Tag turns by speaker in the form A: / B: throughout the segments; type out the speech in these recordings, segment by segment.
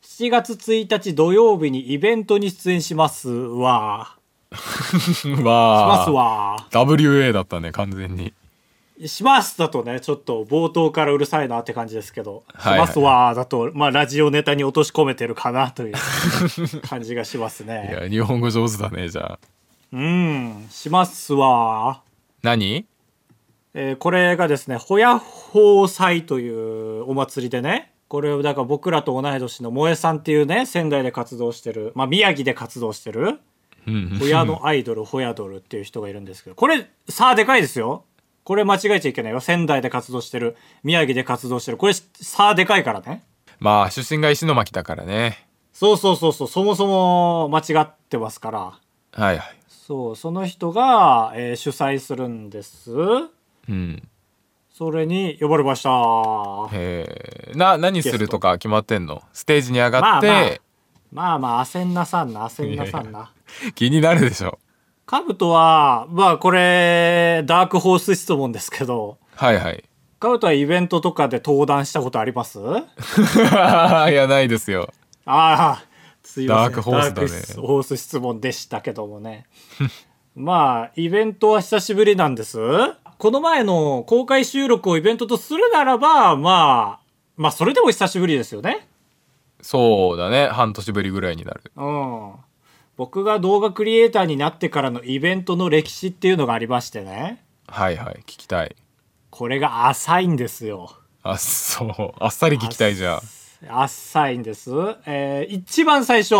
A: 7月1日土曜日にイベントに出演しますわ。し
B: わ
A: ま
B: あ
A: すわ。
B: WA だったね完全に
A: しますだとね、ちょっと冒頭からうるさいなって感じですけど、
B: はいはい
A: しますわだと、まあラジオネタに落とし込めてるかな という感じがします
B: い
A: ね。
B: や日本語上手だねじゃあ
A: うん、しますわ。
B: 何
A: えーこれがですね、ほやほう祭というお祭りでね、これをだから僕らと同い年の萌えさんっていうね、仙台で活動してる、まあ宮城で活動してる、
B: うんうん
A: ホヤのアイドル、ホヤドルっていう人がいるんですけど、これ、さあでかいですよ。これ間違えちゃいけないよ。仙台で活動してる、宮城で活動してる。これ、さあでかいからね。
B: まあ出身が石巻だからね
A: そうそうそうそう、そもそも間違ってますから。
B: はいはい
A: そう、その人が、えー主催するんです。
B: うん
A: それに呼ばれました。
B: へえな何するとか決まってんのステージに上がって、
A: まあまあまあ、焦んなさんな、焦んなさん
B: いや
A: な。
B: 気になるでしょ
A: カブトは、まあこれ、ダークホース質問ですけど、
B: はいはい
A: カブトはイベントとかで登壇したことあります
B: いやないですよ
A: ああ、すいません。
B: ダークホースだ
A: ダ
B: ね
A: ークホース質問でしたけどもね。 まあ、イベントは久しぶりなんです。この前の公開収録をイベントとするならば、まあ、まあ、それでも久しぶりですよね。
B: そうだね半年ぶりぐらいになる
A: うん。僕が動画クリエイターになってからのイベントの歴史っていうのがありましてね。
B: はいはい聞きたい
A: これが浅いんですよ。
B: あそうあっさり聞きたいじゃあ
A: 浅いんです。えー一番最初、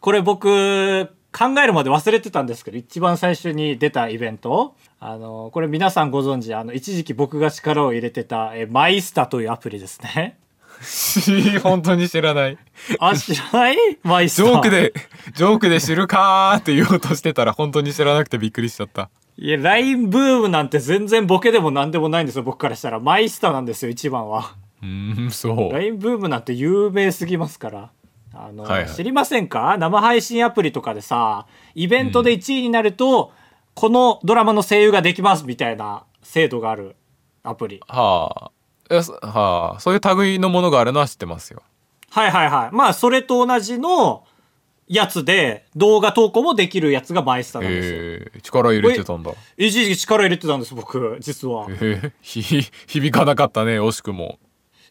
A: これ僕、考えるまで忘れてたんですけど、一番最初に出たイベント、あの、これ皆さんご存知、あの、一時期僕が力を入れてた、えーマイスタというアプリですね。
B: し 本当に知らない
A: あ、知らないマイス
B: ジ
A: タ。
B: ョーク。でジョークで知るかーって言おうとしてたら本当に知らなくてびっくりしちゃった
A: いや、LINE ブームなんて全然ボケでも何でもないんですよ、僕からしたら。マイスタなんですよ、一番は。
B: うーんそう
A: LINE ブームなんて有名すぎますから。あの、
B: はいはい
A: 知りませんか生配信アプリとかでさ、イベントで1位になると、このドラマの声優ができますみたいな制度があるアプリ。
B: はあいやそはあそういう類のものがあるのは知ってますよ
A: はいはいはい。まあ、それと同じのやつで、動画投稿もできるやつがマイスターなんですよ。
B: へえ力入れてたんだへ
A: 一時期力入れてたんです、僕、実は。
B: え ひ響かなかったね惜しくも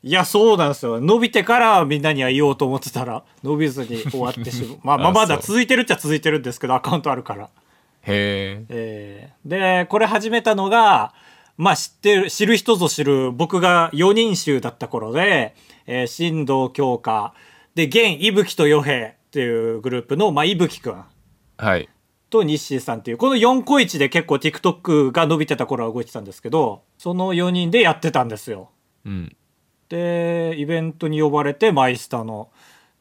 A: いや、そうなんですよ。伸びてからみんなには言おうと思ってたら、伸びずに終わって しまう。まあまあ、
B: あ
A: まだ
B: そう
A: 続いてるっちゃ続いてるんですけど、アカウントあるから。
B: へえ
A: えーでこれ始めたのがまあ知ってる知る人ぞ知る僕が4人衆だった頃で、えー、新藤京香で現伊吹と与平っていうグループの、まあ、伊吹くん
B: はい
A: と日誌さんっていうこの4個1で結構 TikTok が伸びてた頃は動いてたんですけどその4人でやってたんですよ。
B: うん
A: でイベントに呼ばれてマイスターの。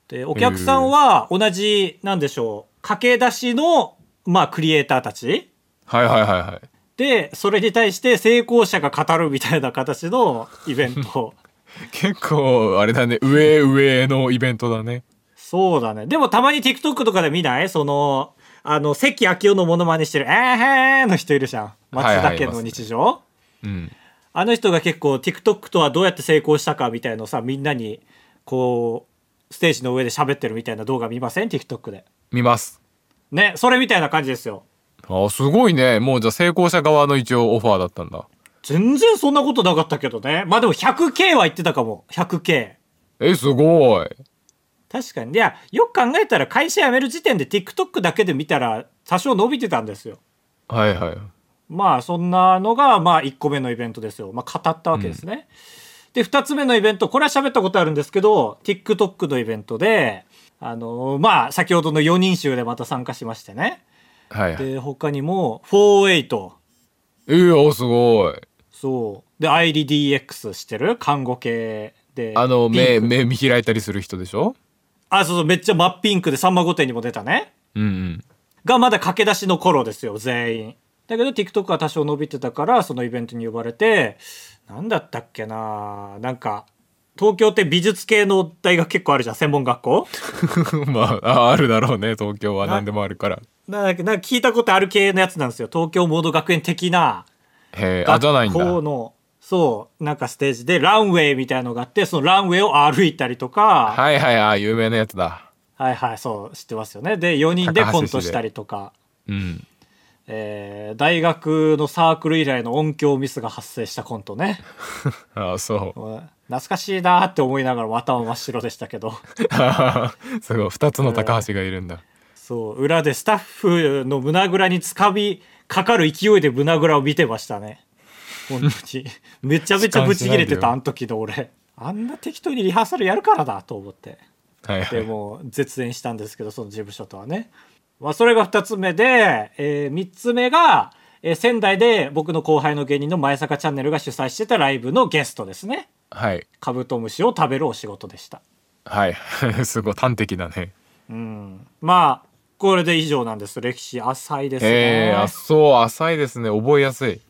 A: でお客さんは同じなんでしょう駆け出しの、まあ、クリエイターたち
B: はいはいはいはい
A: で、それに対して成功者が語るみたいな形のイベント。
B: 結構あれだね上上のイベントだね
A: そうだね。でもたまに TikTok とかで見ないその、あの、関明夫のモノマネしてる、えーへーの人いるじゃん。
B: はい
A: 松
B: は
A: 田
B: い
A: 家の
B: いますね
A: 日常、
B: うん
A: あの人が結構 TikTok とはどうやって成功したかみたいのをさ、みんなに、こう、ステージの上で喋ってるみたいな動画見ません ?TikTok で。
B: 見ます
A: ね、それみたいな感じですよ。
B: あすごいねもうじゃあ成功者側の一応オファーだったんだ
A: 全然そんなことなかったけどね。まあでも 100K は言ってたかも。100K。
B: えすごい
A: 確かにいやよく考えたら会社辞める時点で TikTok だけで見たら多少伸びてたんですよ
B: はいはい
A: まあそんなのがまあ1個目のイベントですよ、まあ、語ったわけですね、で2つ目のイベントこれは喋ったことあるんですけど TikTok のイベントであのまあ先ほどの4人集でまた参加しましてね
B: はいはい
A: で他にも48
B: えー、おすごい
A: そうで IDDX してる看護系で
B: あの
A: ピンク
B: 目目見開いたりする人でしょ
A: あそうそうめっちゃ真っピンクで「さんま御殿」にも出たね
B: うんうん
A: がまだ駆け出しの頃ですよ全員だけど TikTok は多少伸びてたからそのイベントに呼ばれて何だったっけななんか東京って美術系の大学結構あるじゃん専門学校
B: まあああるだろうね東京は
A: な
B: 何でもあるから
A: なんだっけなんか聞いたことある系のやつなんですよ東京モード学園的な
B: へえあ
A: 学
B: じゃないんだ
A: 校のそう、なんかステージでランウェイみたいのがあって、そのランウェイを歩いたりとか、
B: はいはいあー有名なやつだ
A: はいはい、そう、知ってますよね。で、4人でコントしたりとか、
B: うん
A: えー大学のサークル以来の音響ミスが発生したコントね。
B: あーそ
A: もう懐かしいなーって思いながらも頭真っ白でしたけど。
B: う すごい2つの高橋がいるんだ、
A: そう、裏でスタッフの胸ぐらにつかみかかる勢いで胸ぐらを見てましたね。本当に。 めちゃめちゃブチ切れて
B: 時間しないでよ
A: た、あの時の俺。あんな適当にリハーサルやるからだと思って。
B: はいは
A: で
B: い
A: もう絶縁したんですけど、その事務所とはね。まあ、それが2つ目で、え3つ目が、えー仙台で僕の後輩の芸人の前坂チャンネルが主催してたライブのゲストですね。
B: はい
A: カブトムシを食べるお仕事でした。
B: はい すごい端的だね
A: うん。まあ、これで以上なんです。歴史浅いですね。
B: えー、あそう浅いですね覚えやすい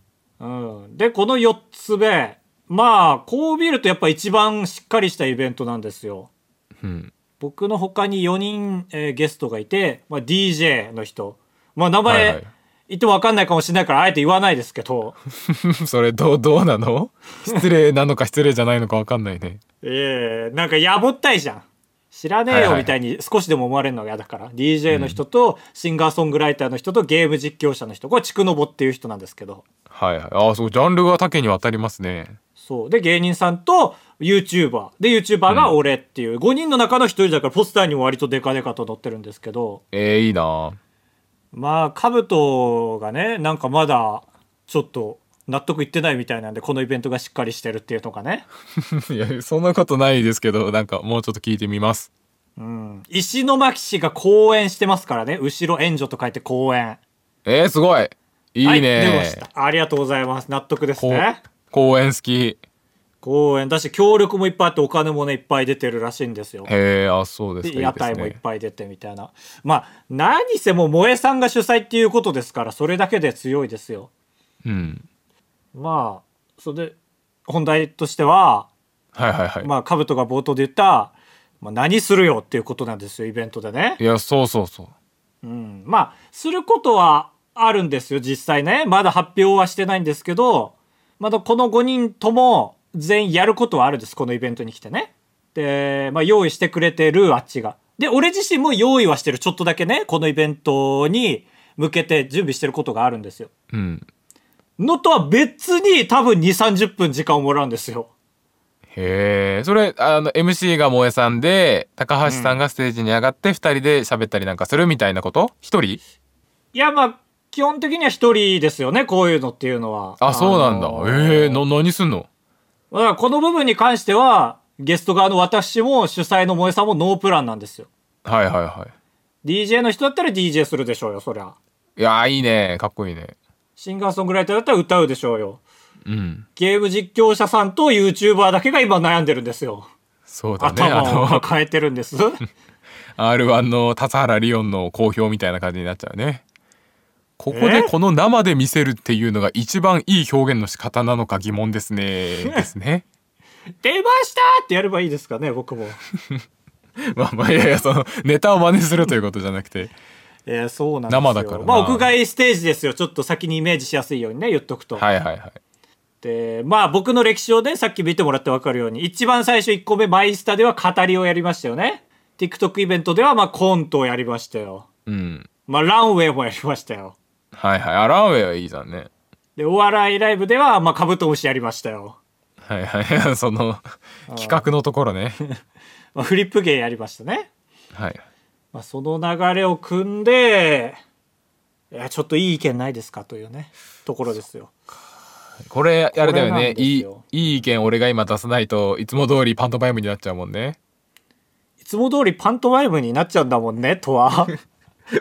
A: うん、でこの4つ目まあこう見るとやっぱ一番しっかりしたイベントなんですよ
B: うん
A: 僕の他に4人、えーゲストがいて、まあ、DJ の人まあ名前、
B: はいはい
A: 言っても分かんないかもしれないからあえて言わないですけ ど
B: それどうどうなの失礼なのか失礼じゃないのかわかんないね
A: えー、なんかやぼったいじゃん知らねえ
B: はい
A: よ
B: はい
A: みたいに少しでも思われるのが嫌だから、DJ の人とシンガーソングライターの人とゲーム実況者の人これちくのぼっていう人なんですけど
B: はいはいあーそうジャンルが多岐にわたりますね
A: そう。で、芸人さんと YouTuber。で、YouTuber が俺っていう、5人の中の1人だから、ポスターにも割とデカデカと載ってるんですけど、
B: えー、いいな
A: まあ、カブトがね、なんかまだ、ちょっと、納得いってないみたいなんで、このイベントがしっかりしてるっていうのがね。
B: いやそんなことないですけどなんかもうちょっと聞いてみます
A: うん。石巻市が公演してますからね。後ろ援助と書いて公演。
B: えー、すごいいいね、
A: は出ました。ありがとうございます。納得です
B: こう
A: ね。
B: 公園好き
A: 公演だし、協力もいっぱいあって、お金もね、いっぱい出てるらしいんですよ。
B: へえあそうです
A: で
B: か
A: 屋台も
B: い
A: い
B: い
A: っ
B: ですね
A: ぱい出てみたいなまあ何せもう萌えさんが主催っていうことですからそれだけで強いですよ
B: うん
A: まあそれで本題としては
B: はいはいはい、
A: まあ兜が冒頭で言った、まあ、何するよっていうことなんですよイベントでね
B: い、やそうそうそう
A: うん、まあすることはあるんですよ実際ねまだ発表はしてないんですけどまだこの5人とも全員やることはあるんですこのイベントに来てねで、まあ、用意してくれてるあっちがで俺自身も用意はしてるちょっとだけねこのイベントに向けて準備してることがあるんですよ
B: うん
A: のとは別に多分2 3 0分時間をもらうんですよ
B: へえそれあの MC が萌えさんで高橋さんがステージに上がって2人で喋ったりなんかするみたいなこと1人
A: いやまあ基本的には1人ですよねこういうのっていうのは
B: あそうなんだ
A: あの
B: ええな何すんの
A: だからこの部分に関しては、ゲスト側の私も主催の萌えさんもノープランなんですよ。
B: はいはいは
A: DJ の人だったら DJ するでしょうよ、そりゃ。
B: いいやーいいねかっこいいね
A: シンガーソングライターだったら歌うでしょうよ。
B: うん
A: ゲーム実況者さんと YouTuber だけが今悩んでるんですよ。
B: そうだねあ
A: 頭を
B: の
A: 抱えてるん です。
B: R1 の田原リオンの好評みたいな感じになっちゃうねここで
A: え
B: この生で見せるっていうのが一番いい表現の仕方なのか疑問です ねですね
A: 出ましたってやればいいですかね、僕も。
B: まあまあいやいやそのネタを真似するということじゃなく て
A: えーそうなんですよ。
B: 生だからな
A: まあ屋外ステージですよ。ちょっと先にイメージしやすいようにね、言っとくと。
B: はいはいはい
A: で、まあ僕の歴史をね、さっき見てもらってわかるように、一番最初1個目、マイスタでは語りをやりましたよね。TikTok イベントではまあコントをやりましたよ。
B: うん
A: まあランウェイもやりましたよ。
B: はいはいアランウェイはいいじゃんね
A: で、お笑いライブではまあカブトムシやりましたよ。
B: はいはい その企画のところね
A: まあ、フリップ芸やりましたね。
B: はい
A: まあその流れを組んで、いや、ちょっといい意見ないですかというね、ところですよ。
B: これあれだよ
A: これ
B: ね
A: なんです
B: いい
A: よ
B: いい意見俺が今出さないといつも通りパントマイムになっちゃうもんね
A: いつも通りパントマイムになっちゃうんだもんね、と は。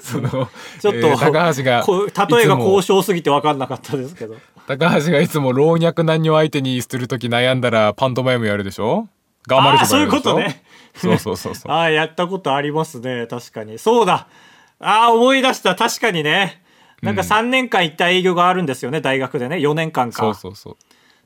B: その
A: ちょっと、
B: えー高橋が
A: こう例えが
B: いつも
A: 交渉すぎて分かんなかったですけど。
B: 高橋がいつも老若男女相手にするとき悩んだらパントマイムやるでしょ頑張
A: あ
B: る
A: あー、
B: とか
A: そうい
B: や
A: う
B: るで
A: こ
B: しょ
A: とね。
B: そうそうそ うそう
A: ああ、やったことありますね。確かに。そうだ。ああ、思い出した。確かにね。なんか
B: うん
A: 3年間行った営業があるんですよね。大学でね。4年間か。
B: そうそうそう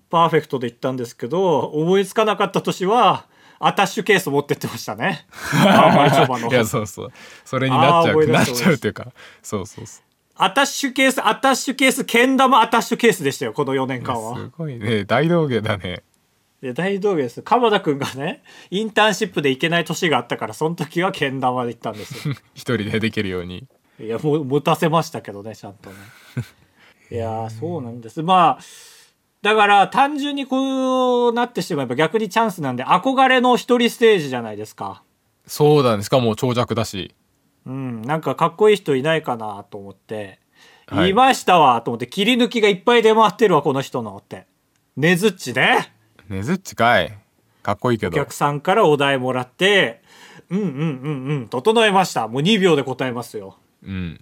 A: パーフェクトで行ったんですけど、思いつかなかった年は、アタッシュケース持ってってました ね。あんまりそばの。
B: いやそうそうそれになっち
A: あー
B: ゃ
A: 思
B: う
A: い出
B: な
A: し
B: ったちゃうっていうかそうそうそう
A: アタッシュケース、アタッシュケース、けん玉アタッシュケースでしたよ、この4年間は。
B: すごいね大道芸だね
A: で大道芸です鎌田君がねインターンシップで行けない年があったからその時はけん玉で行ったんですよ
B: 一人でできるように
A: いやもう持たせましたけどねちゃんとねいやーそうなんですまあだから単純にこうなってしまえば逆にチャンスなんで憧れの一人ステージじゃないですか
B: そうだねしかも長尺だし
A: うんなんかかっこいい人いないかなと思って、
B: はい
A: い、ましたわと思って切り抜きがいっぱい出回ってるわこの人のってねずっちね
B: ねずっちかいかっこいいけ
A: お
B: ど
A: 客さんからお題もらって「うんうんうんうん整えましたもう2秒で答えますよ
B: うん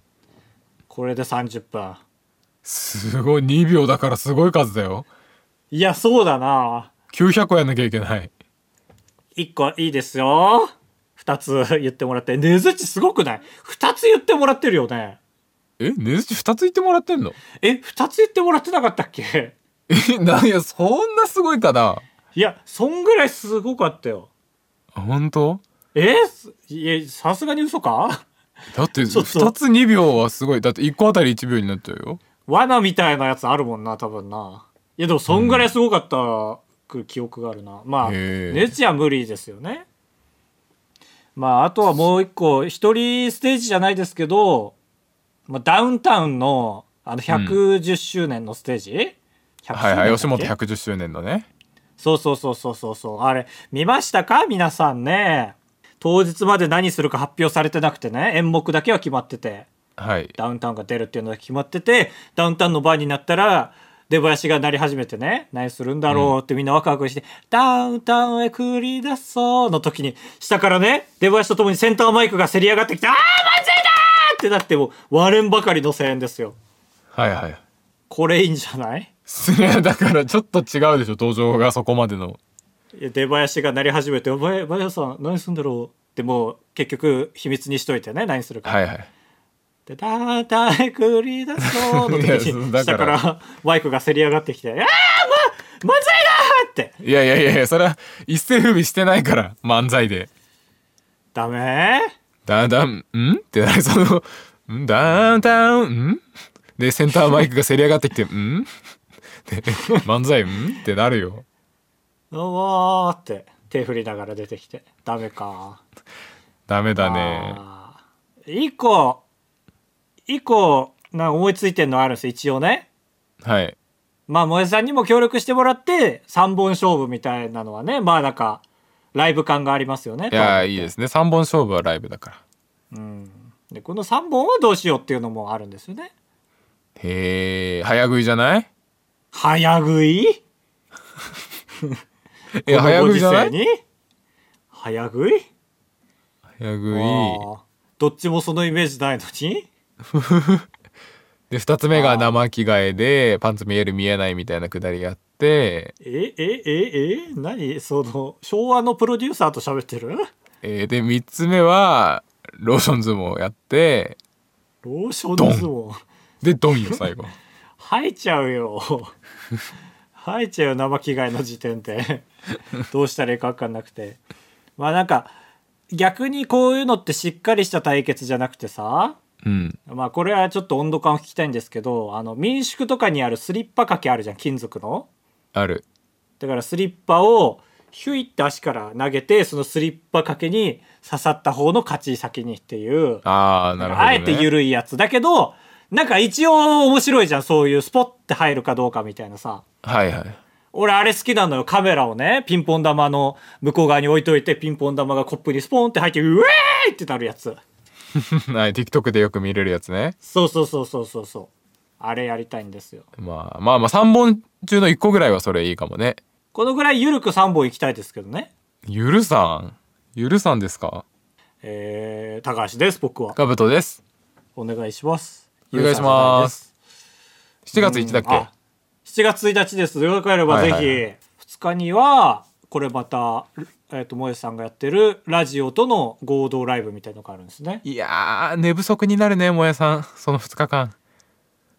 A: これで30分
B: すごい2秒だからすごい数だよ
A: いやそうだな
B: 900個やんなきゃいけない
A: 1個いいですよ2つ言ってもらってねずっちすごくない2つ言ってもらってるよね
B: えねずっち2つ言ってもらってんの
A: え2つ言ってもらってなかったっけ
B: えなんやそんなすごいかない
A: やそんぐらいすごかったよ
B: 本当
A: えすいやさすがに嘘か
B: だって
A: ちょっと
B: 2つ2秒はすごいだって1個あたり1秒になっちゃうよ
A: 罠みたいなやつあるもんな多分ないやでもそんぐらいすごかったく記憶があるな、まあ
B: へえ
A: ネチは無理ですよねまああとはもう一個一人ステージじゃないですけど、まあ、ダウンタウンのあの110周年のステージ、100
B: はいはい
A: 周
B: 吉
A: 年だっけ
B: 本110周年のね
A: そうそうそうそうそうそうあれ見ましたか皆さんね当日まで何するか発表されてなくてね演目だけは決まってて
B: はい
A: ダウンタウンが出るっていうのが決まっててダウンタウンの番になったら出囃子が鳴り始めてね何するんだろうってみんなワクワクして「ダウンタウンへ繰り出そう」の時に下からね出囃子とともにセンターマイクがせり上がってきて「あーまずいだー!」ってなってもう割れんばかりの声援ですよ。
B: はいはい
A: これいいんじゃない
B: すげえだからちょっと違うでしょ登場がそこまでの
A: いや出囃子が鳴り始めて「お前バヤさん何するんだろう?」ってもう結局秘密にしといてね何するか。
B: はいはい
A: で、ダーダー繰り出そうの時
B: いやそ
A: に、
B: うだか
A: 下かららマイクがせり上がってきて、あーま、漫才だーって。
B: いやいやいやいやそれは一世風靡してないから漫才で
A: ダメ
B: だんだん「ん?」ってなるその「んだんだんん?」でセンターマイクがせり上がってきて「ん?」で漫才「ん?」ってなるよ
A: どうもーって手振りながら出てきて、ダメか
B: ダメだ
A: ー。
B: ね
A: あー一個、一個、な思いついてんのあるんですよ一応ね。
B: はい
A: まあ、萌えさんにも協力してもらって、三本勝負みたいなのはね、まあなんか、ライブ感がありますよね。
B: いやいいですね3本勝負はライブだから
A: で、この三本をどうしようっていうのもあるんですよね。
B: へえ早食いじゃない
A: 早食い
B: え
A: この
B: 早
A: ご
B: 食
A: 時
B: いじゃな
A: 世
B: い
A: に早食い
B: 早食い
A: ああどっちもそのイメージないのに
B: で2つ目が生着替えでパンツ見える見えないみたいなくだりがあって、
A: ええええ何その昭和のプロデューサーと喋ってる
B: えーで3つ目はローション相撲をやって
A: ローションズも
B: でドンよ最 後
A: 吐いちゃうよ吐いちゃうよ生着替えの時点でどうしたらいいか分かんなくてまあなんか逆にこういうのってしっかりした対決じゃなくてさ
B: うん
A: まあこれはちょっと温度感を聞きたいんですけどあの民宿とかにあるスリッパ掛けあるじゃん金属の。
B: ある
A: だからスリッパをヒュイって足から投げてそのスリッパ掛けに刺さった方の勝ち先にっていう
B: ああなるほど、ね、
A: あえて緩いやつだけどなんか一応面白いじゃんそういうスポッて入るかどうかみたいなさ
B: はいはい
A: 俺あれ好きなのよカメラをねピンポン玉の向こう側に置いといてピンポン玉がコップにスポンって入ってうえーいってなるやつ
B: はい、TikTok でよく見れるやつね。
A: そうそうそうそうそうそうあれやりたいんですよ
B: まあまあまあ3本中の1個ぐらいはそれいいかもね。
A: このぐらい緩く3本いきたいですけどね
B: ゆるさん。ゆるさんですか
A: えー、高橋です僕は
B: かぶとです。
A: お願いします
B: お願いします7月
A: うん
B: 1だっけ、
A: あ7月1日ですよければぜひ、
B: はいはい
A: 2日にはこれまた、えー、と萌さんがやってるラジオとの合同ライブみたいのがあるんですね
B: いやー、寝不足になるね、もやさん。その2日間。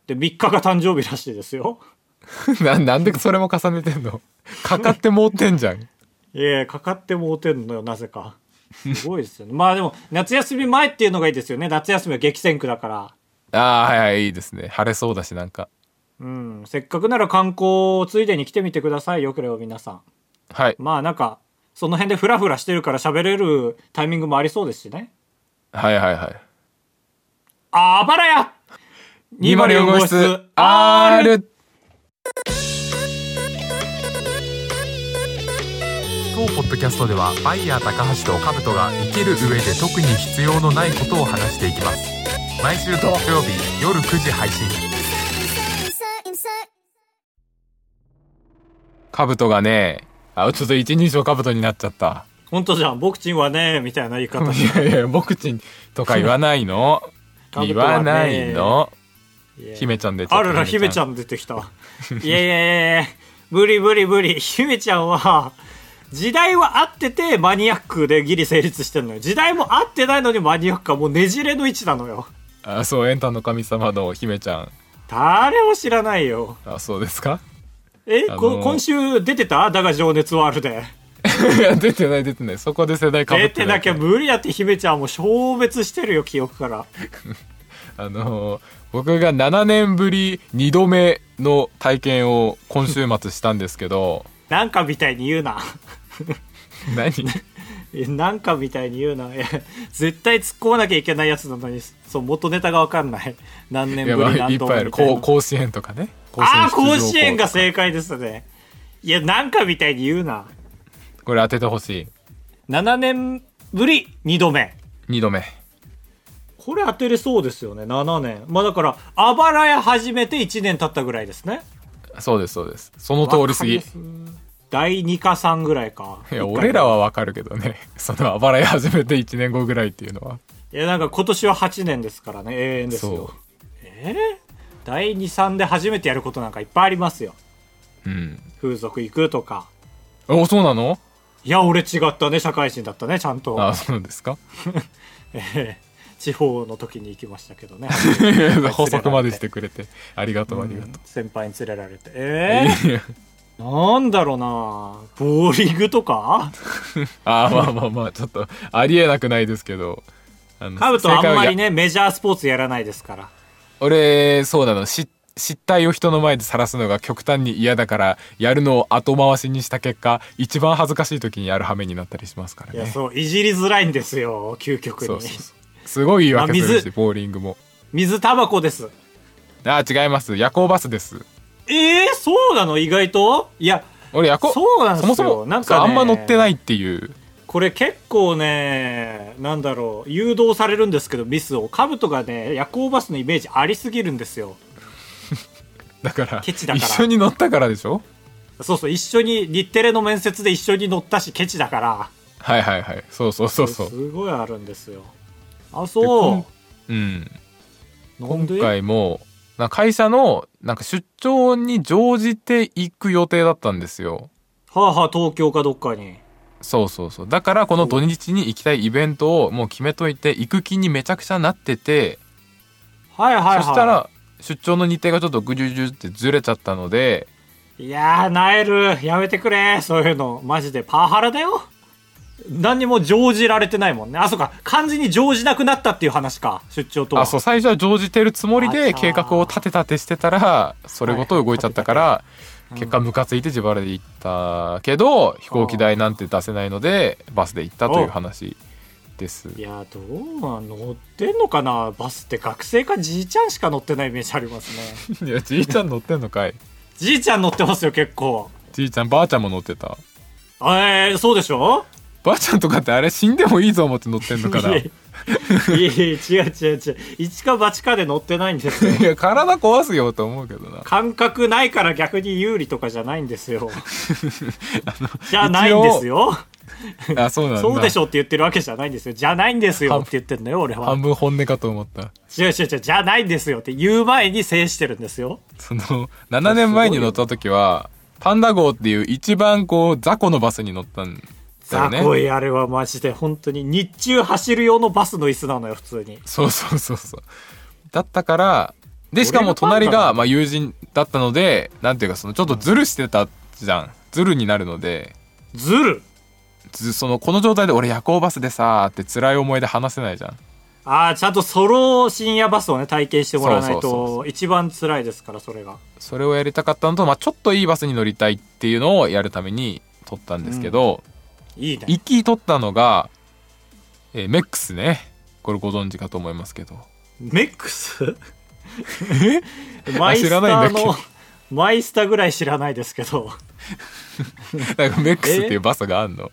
A: で3日が誕生日らしいですよ
B: ななんでそれも重ねてんの かかってもうてんじゃん。
A: いやいやかかってもうてんのよなぜか すごいですよねまあでも夏休み前っていうのがいいですよね夏休みは激戦区だから
B: ああはいはいいいですね晴れそうだしなんか
A: うん、せっかくなら観光ついでに来てみてくださいよ、これは皆さん。
B: はい
A: まあなんか、その辺でフラフラしてるから喋れるタイミングもありそうですしね。
B: はいはいはい
A: あばらや
B: 204号室 R 当ポッドキャストではバイヤー高橋とカブトが生きる上で特に必要のないことを話していきます毎週土曜日夜9時配信
C: insert, insert.
B: カブトがねあちょっと一人称カブトになっちゃった
A: 本当じゃん、ボクチンはね、みたいな言い方。
B: いやいや僕ちんとか言わない の
A: 兜はね
B: 言わないの姫ちゃん出ちゃった
A: あらら、姫ちゃん出てきた。いやいやいや無理無理無理。姫ちゃんは、時代は合っててマニアックでギリ成立してんのよ。時代も合ってないのにマニアックか、もうねじれの位置なのよ。
B: あそうエンタの神様の姫ちゃん
A: 誰も知らないよ。
B: あそうですか
A: え、
B: あのー
A: こ今週出てただが情熱はあるで。
B: いや出てない出てないそこで世代かぶ
A: 出
B: ってて
A: な
B: ない
A: きゃ無理だって姫ちゃんはもう消滅してるよ、記憶から。
B: あのー僕が7年ぶり2度目の体験を今週末したんです けど
A: なんかみたいに言うな。
B: 何
A: えなんかみたいに言うな。え絶対突っ込まなきゃいけないやつなのに、そう、元ネタがわかんない。何年
B: いや
A: ぶ
B: まあ
A: り
B: い
A: 何
B: っ
A: 度
B: ぱ
A: もみ
B: いある
A: たい
B: 甲
A: な。
B: 甲子園とかね甲
A: ああ、
B: 出場校
A: 甲子園が正解ですね。いや、なんかみたいに言うな。
B: これ当ててほし
A: 7年ぶり2度目。
B: い2度目
A: これ当てれそうですよね、7年。まあだから、あばらや始めて1年経ったぐらいですね。
B: そうですそうですその通り過ぎ
A: わかります第2か3ぐらいか。
B: いや俺らはわかるけどねそのあばらや始めて1年後ぐらいっていうのはい
A: や、なんか今年は8年ですからね、永遠ですよ。えー第2、3で初めてやることなんかいっぱいありますよ。
B: うん
A: 風俗行くとか。
B: おそうなの
A: いや、俺違ったね、社会人だったね、ちゃんと。
B: あそうなんで すか
A: えー地方の時に行きましたけ どね。
B: 補足までしてくれてありがとうありがとう、
A: 先輩に連れられて。えー
B: いや
A: なんだろうなボーリングと か
B: あーまあまあまあちょっとありえなくないですけどあの
A: カブトあんまり
B: 正解は
A: ね、メジャースポーツやらないですから。
B: 俺そうなのし失態を人の前で晒すのが極端に嫌だからやるのを後回しにした結果一番恥ずかしい時にやる羽目になったりしますから
A: い
B: ね
A: や、そう、いじりづらいんですよ、究極に。
B: そうそうそうすごい言い訳す
A: まあ
B: るし
A: 水
B: ボーリングも
A: 水タバコです。
B: あー違います夜行バスです
A: ええそうなの意外といや、
B: 俺夜行
A: そうなんですよ
B: そもそも
A: なんかね
B: あんま乗ってないっていう
A: これ結構ね、なんだろう、誘導されるんですけど、ミスを。カブトがね、夜行バスのイメージありすぎるんですよ。
B: だから
A: ケチだから
B: 一緒に乗ったからでしょ
A: そうそう、一緒に、日テレの面接で一緒に乗ったし、ケチだから。
B: はいはいはいそうそうそうそう
A: すごいあるんですよ。あ、
B: で
A: そ
B: こんうん
A: う。なん
B: 今
A: で
B: 回もなんか会社のなんか出張に乗じて行く予定だったんですよ
A: はあはあ、東京かどっかに。
B: そうそうそうだからこの土日に行きたいイベントをもう決めといて行く気にめちゃくちゃなってて、
A: はいはいはい。
B: そした、ら出張の日程がちょっとぐじゅぐじゅってずれちゃったので
A: いやー、ナエル、やめてくれ、そういうの。マジで、パワハラだよ。何にも乗じられてないもんね。あ、そうか、完全に乗じなくなったっていう話か、出張とは。
B: あそう最初は乗じてるつもり
A: あそ
B: で
A: う
B: 計画を立て立てしてたらそれごと動いちゃったから、結果ムカついて自腹で行ったけど、飛行機代なんて出せないのでバスで行ったという話です
A: いやー、どうなん乗ってんのかなバスって学生かじいちゃんしか乗ってないイメージありますね。
B: いやじいちゃん乗ってんのかい
A: じいちゃん乗ってますよ、結構。
B: じいちゃんばあちゃんも乗ってた
A: えー、そうでしょ
B: ばあちゃんとかってあれ死んでもいいぞ思って乗ってんのかな
A: い
B: い
A: えいえ違う違う違う。一か八かで乗ってないんです よ。
B: や体壊すよと思うけどな
A: 感覚ないから逆に有利とかじゃないんです よ。じゃないんですよ。
B: あそうなんだ
A: そうでしょって言ってるわけじゃないんですよ。じゃないんですよって言ってんのよ、俺は
B: 半。分本音かと思った
A: 違う違う違う、じゃないんですよって言う前に制してるんですよ。
B: その7年前に乗った時はパンダ号っていう一番こう雑魚のバスに乗ったんだよ
A: 雑
B: ね
A: 魚いあれはマジで本当に日中走る用のバスの椅子なのよ、普通に。
B: そうそうそうそうだったからでしかも隣
A: 俺がパンダ
B: がまあ友人だったのでなんていうかそのちょっとズルしてたじゃんズルになるので
A: ずる
B: ずそのこの状態で俺夜行バスでさーって辛い思いで話せないじゃん
A: ああちゃんとソロ深夜バスをね体験してもらわない
B: そうそうそう
A: と一番辛いですからそれが
B: それをやりたかったのと、まあ、ちょっといいバスに乗りたいっていうのをやるために撮ったんですけど、
A: いいね
B: 一気撮ったのが、えーメックスねこれご存知かと思いますけど
A: メックスマイスタ
B: あ
A: ー
B: 知らないんだ
A: の
B: っ
A: マイスタぐらい知らないですけど
B: なんかメックスっていうバスがあんの。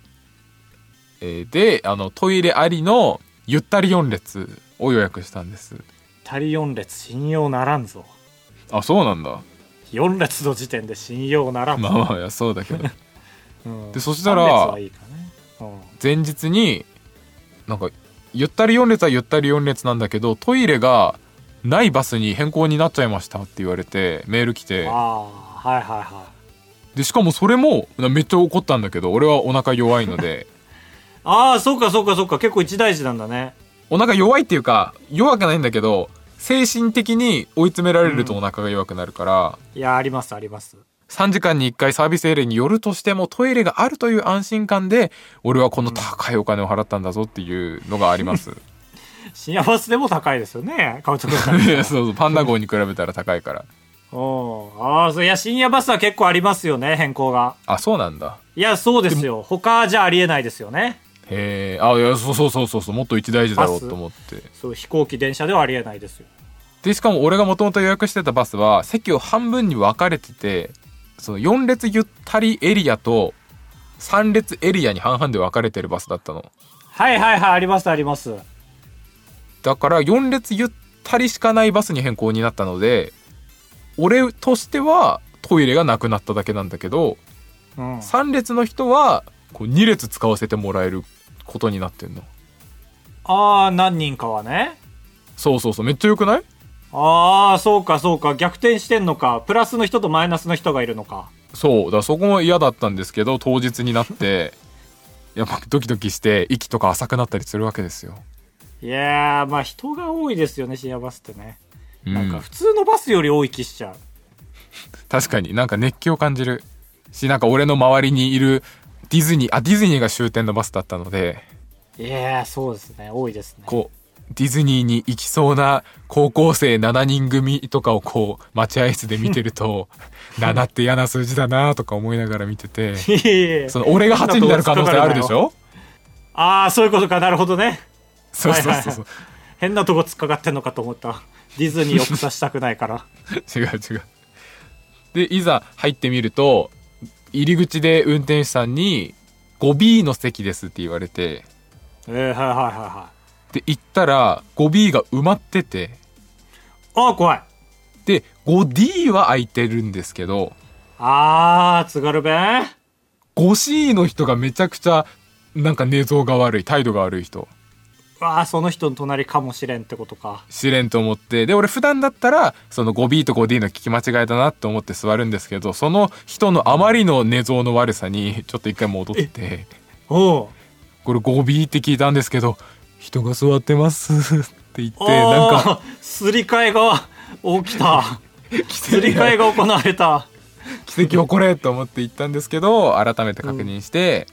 B: えーであのトイレありのゆったり4列を予約したんです。
A: タリ4列信用ならんぞ
B: あそうなんだ。
A: 4列の時点で信用ならんぞ、
B: まあまあいやそうだけど
A: うん
B: でそしたら
A: 三列はいいかねうん
B: 前日になんかゆったり4列はゆったり4列なんだけどトイレがないバスに変更になっちゃいましたって言われてメール来て
A: ああはいはいはい
B: でしかもそれもなめっちゃ怒ったんだけど俺はお腹弱いので
A: ああそうかそうかそうか結構一大事なんだね
B: お腹弱いっていうか弱くないんだけど精神的に追い詰められるとお腹が弱くなるから、
A: いやありますあります
B: 3時間に1回サービスエリアによるとしてもトイレがあるという安心感で俺はこの高いお金を払ったんだぞっていうのがあります、
A: 深夜バスでも高いですよね監督 さん
B: いや そうそうパンダ号に比べたら高いから
A: うんああそういや深夜バスは結構ありますよね変更が
B: あそうなんだ
A: いやそうですよ他じゃありえないですよね
B: へえあいやそうそうそうそうそうもっと一大事だろうと思って
A: そう飛行機電車ではありえないですよ
B: でしかも俺がもともと予約してたバスは席を半分に分かれててその4列ゆったりエリアと3列エリアに半々で分かれてるバスだったの
A: はいはいはいありますあります
B: だから4列ゆったりしかないバスに変更になったので俺としてはトイレがなくなっただけなんだけど
A: うん
B: 3列の人はこう2列使わせてもらえることになってんの
A: ああ何人かはね
B: そうそうそうめっちゃよくない
A: ああそうかそうか逆転してんのかプラスの人とマイナスの人がいるのか
B: そうだからそこも嫌だったんですけど当日になって やっぱドキドキして息とか浅くなったりするわけですよ、
A: いやーまあ人が多いですよね深夜バスってね、
B: う
A: なんか
B: ん
A: 普、通のバスより多い気しちゃう
B: 確かになんか熱気を感じるしなんか俺の周りにいるディズニーあディズニーが終点のバスだったので
A: いやーそうですね多いですね
B: こうディズニーに行きそうな高校生7人組とかをこう待合室で見て ると7って嫌な数字だなとか思いながら見ててその俺が8になる可能性あるでしょ
A: ああそういうことかなるほどね
B: そうそう
A: はい
B: そ
A: はい
B: うそう
A: は変なとこ突っかかってんのかと思ったディズニーを下したくないから
B: 違う違うでいざ入ってみると入り口で運転手さんに 5B の席ですって言われて
A: えー、はいはいはいはい
B: で行ったら 5B が埋まってて
A: ああ怖い
B: で 5D は空いてるんですけど
A: あー津軽弁
B: 5C の人がめちゃくちゃなんか寝相が悪い態度が悪い人
A: わあその人の隣かもしれんってことか
B: 知れんと思ってで俺普段だったらその 5B と 5D の聞き間違いだなと思って座るんですけどその人のあまりの寝相の悪さにちょっと一回戻って
A: おう
B: これ 5B って聞いたんですけど人が座ってます って言って
A: あ
B: なんか
A: ーすり替えが起き た
B: 奇
A: すり替え
B: 跡
A: が行われた
B: 奇跡起これと思って行ったんですけど改めて確認して、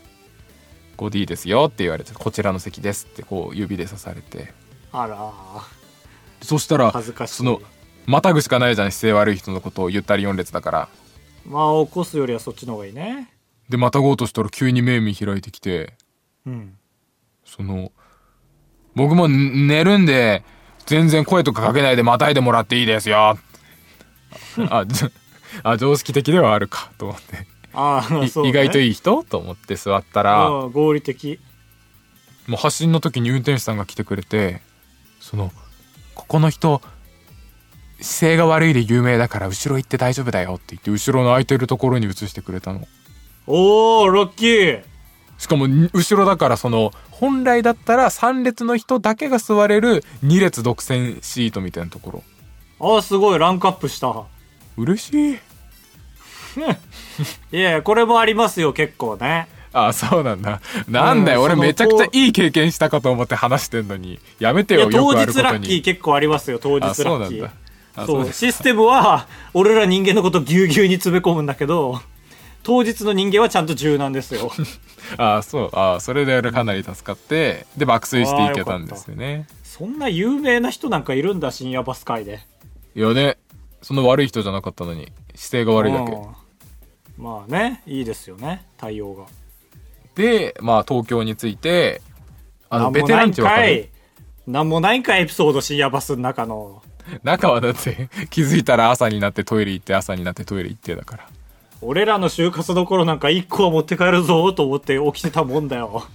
B: 5D ですよって言われてこちらの席ですってこう指で刺されて
A: あらー
B: そしたら
A: 恥ずかしい
B: そのまたぐしかないじゃん姿勢悪い人のことをゆったり4列だから
A: まあ起こすよりはそっちの方がいいね
B: でまたごうとしたら急に目見開いてきて
A: うん
B: その僕もん寝るんで全然声とかかけないでまたいでもらっていいですよあじゃあ常識的ではあるかと思って、
A: ああ
B: い
A: そう、ね、
B: 意外と
A: い
B: いい人と思って座ったらも
A: 合理的
B: う発進の時に運転手さんが来てくれてそのここの人姿勢が悪いで有名だから後ろ行って大丈夫だよって言って後ろの空いてるところに移してくれたの
A: おおロッキー
B: しかもに後ろだからその本来だったら3列の人だけが座れる2列独占シートみたいなところ
A: ああすごいランクアップした
B: 嬉しい
A: いやいやこれもありますよ結構ね
B: あそうなんだなんだ
A: う
B: よ
A: ん
B: 俺
A: その
B: めちゃくちゃいい経験したかと思って話してんのにやめて
A: いや
B: よよ
A: 当
B: くあるこ
A: 日
B: と
A: ラッキー
B: に
A: 結構ありますよ当日ラ
B: あそう
A: ッ
B: な
A: キ
B: んだ
A: ー
B: あ
A: そ
B: そううです
A: システムは俺ら人間のことぎゅうぎゅうに詰め込むんだけど当日の人間はちゃんと柔軟です よ
B: ああそうああそれでかなり助かってで爆睡していけたんですよね
A: そんな有名な人なんかいるんだ深夜バス界で
B: いやねその悪い人じゃなかったのに姿勢が悪いだけ
A: うんまあねいいですよね対応が
B: でまあ東京についてあの
A: なん
B: ベ
A: も
B: テ
A: な
B: ラ
A: い
B: ン
A: ん
B: ってわか
A: か
B: る
A: いなんもないんかいエピソード深夜バスの中の
B: 中はだって 気づいたら朝になってトイレ行って朝になってトイレ行ってだから
A: 俺らの就活どころなんか1個は持って帰るぞと思って起きてたもんだよ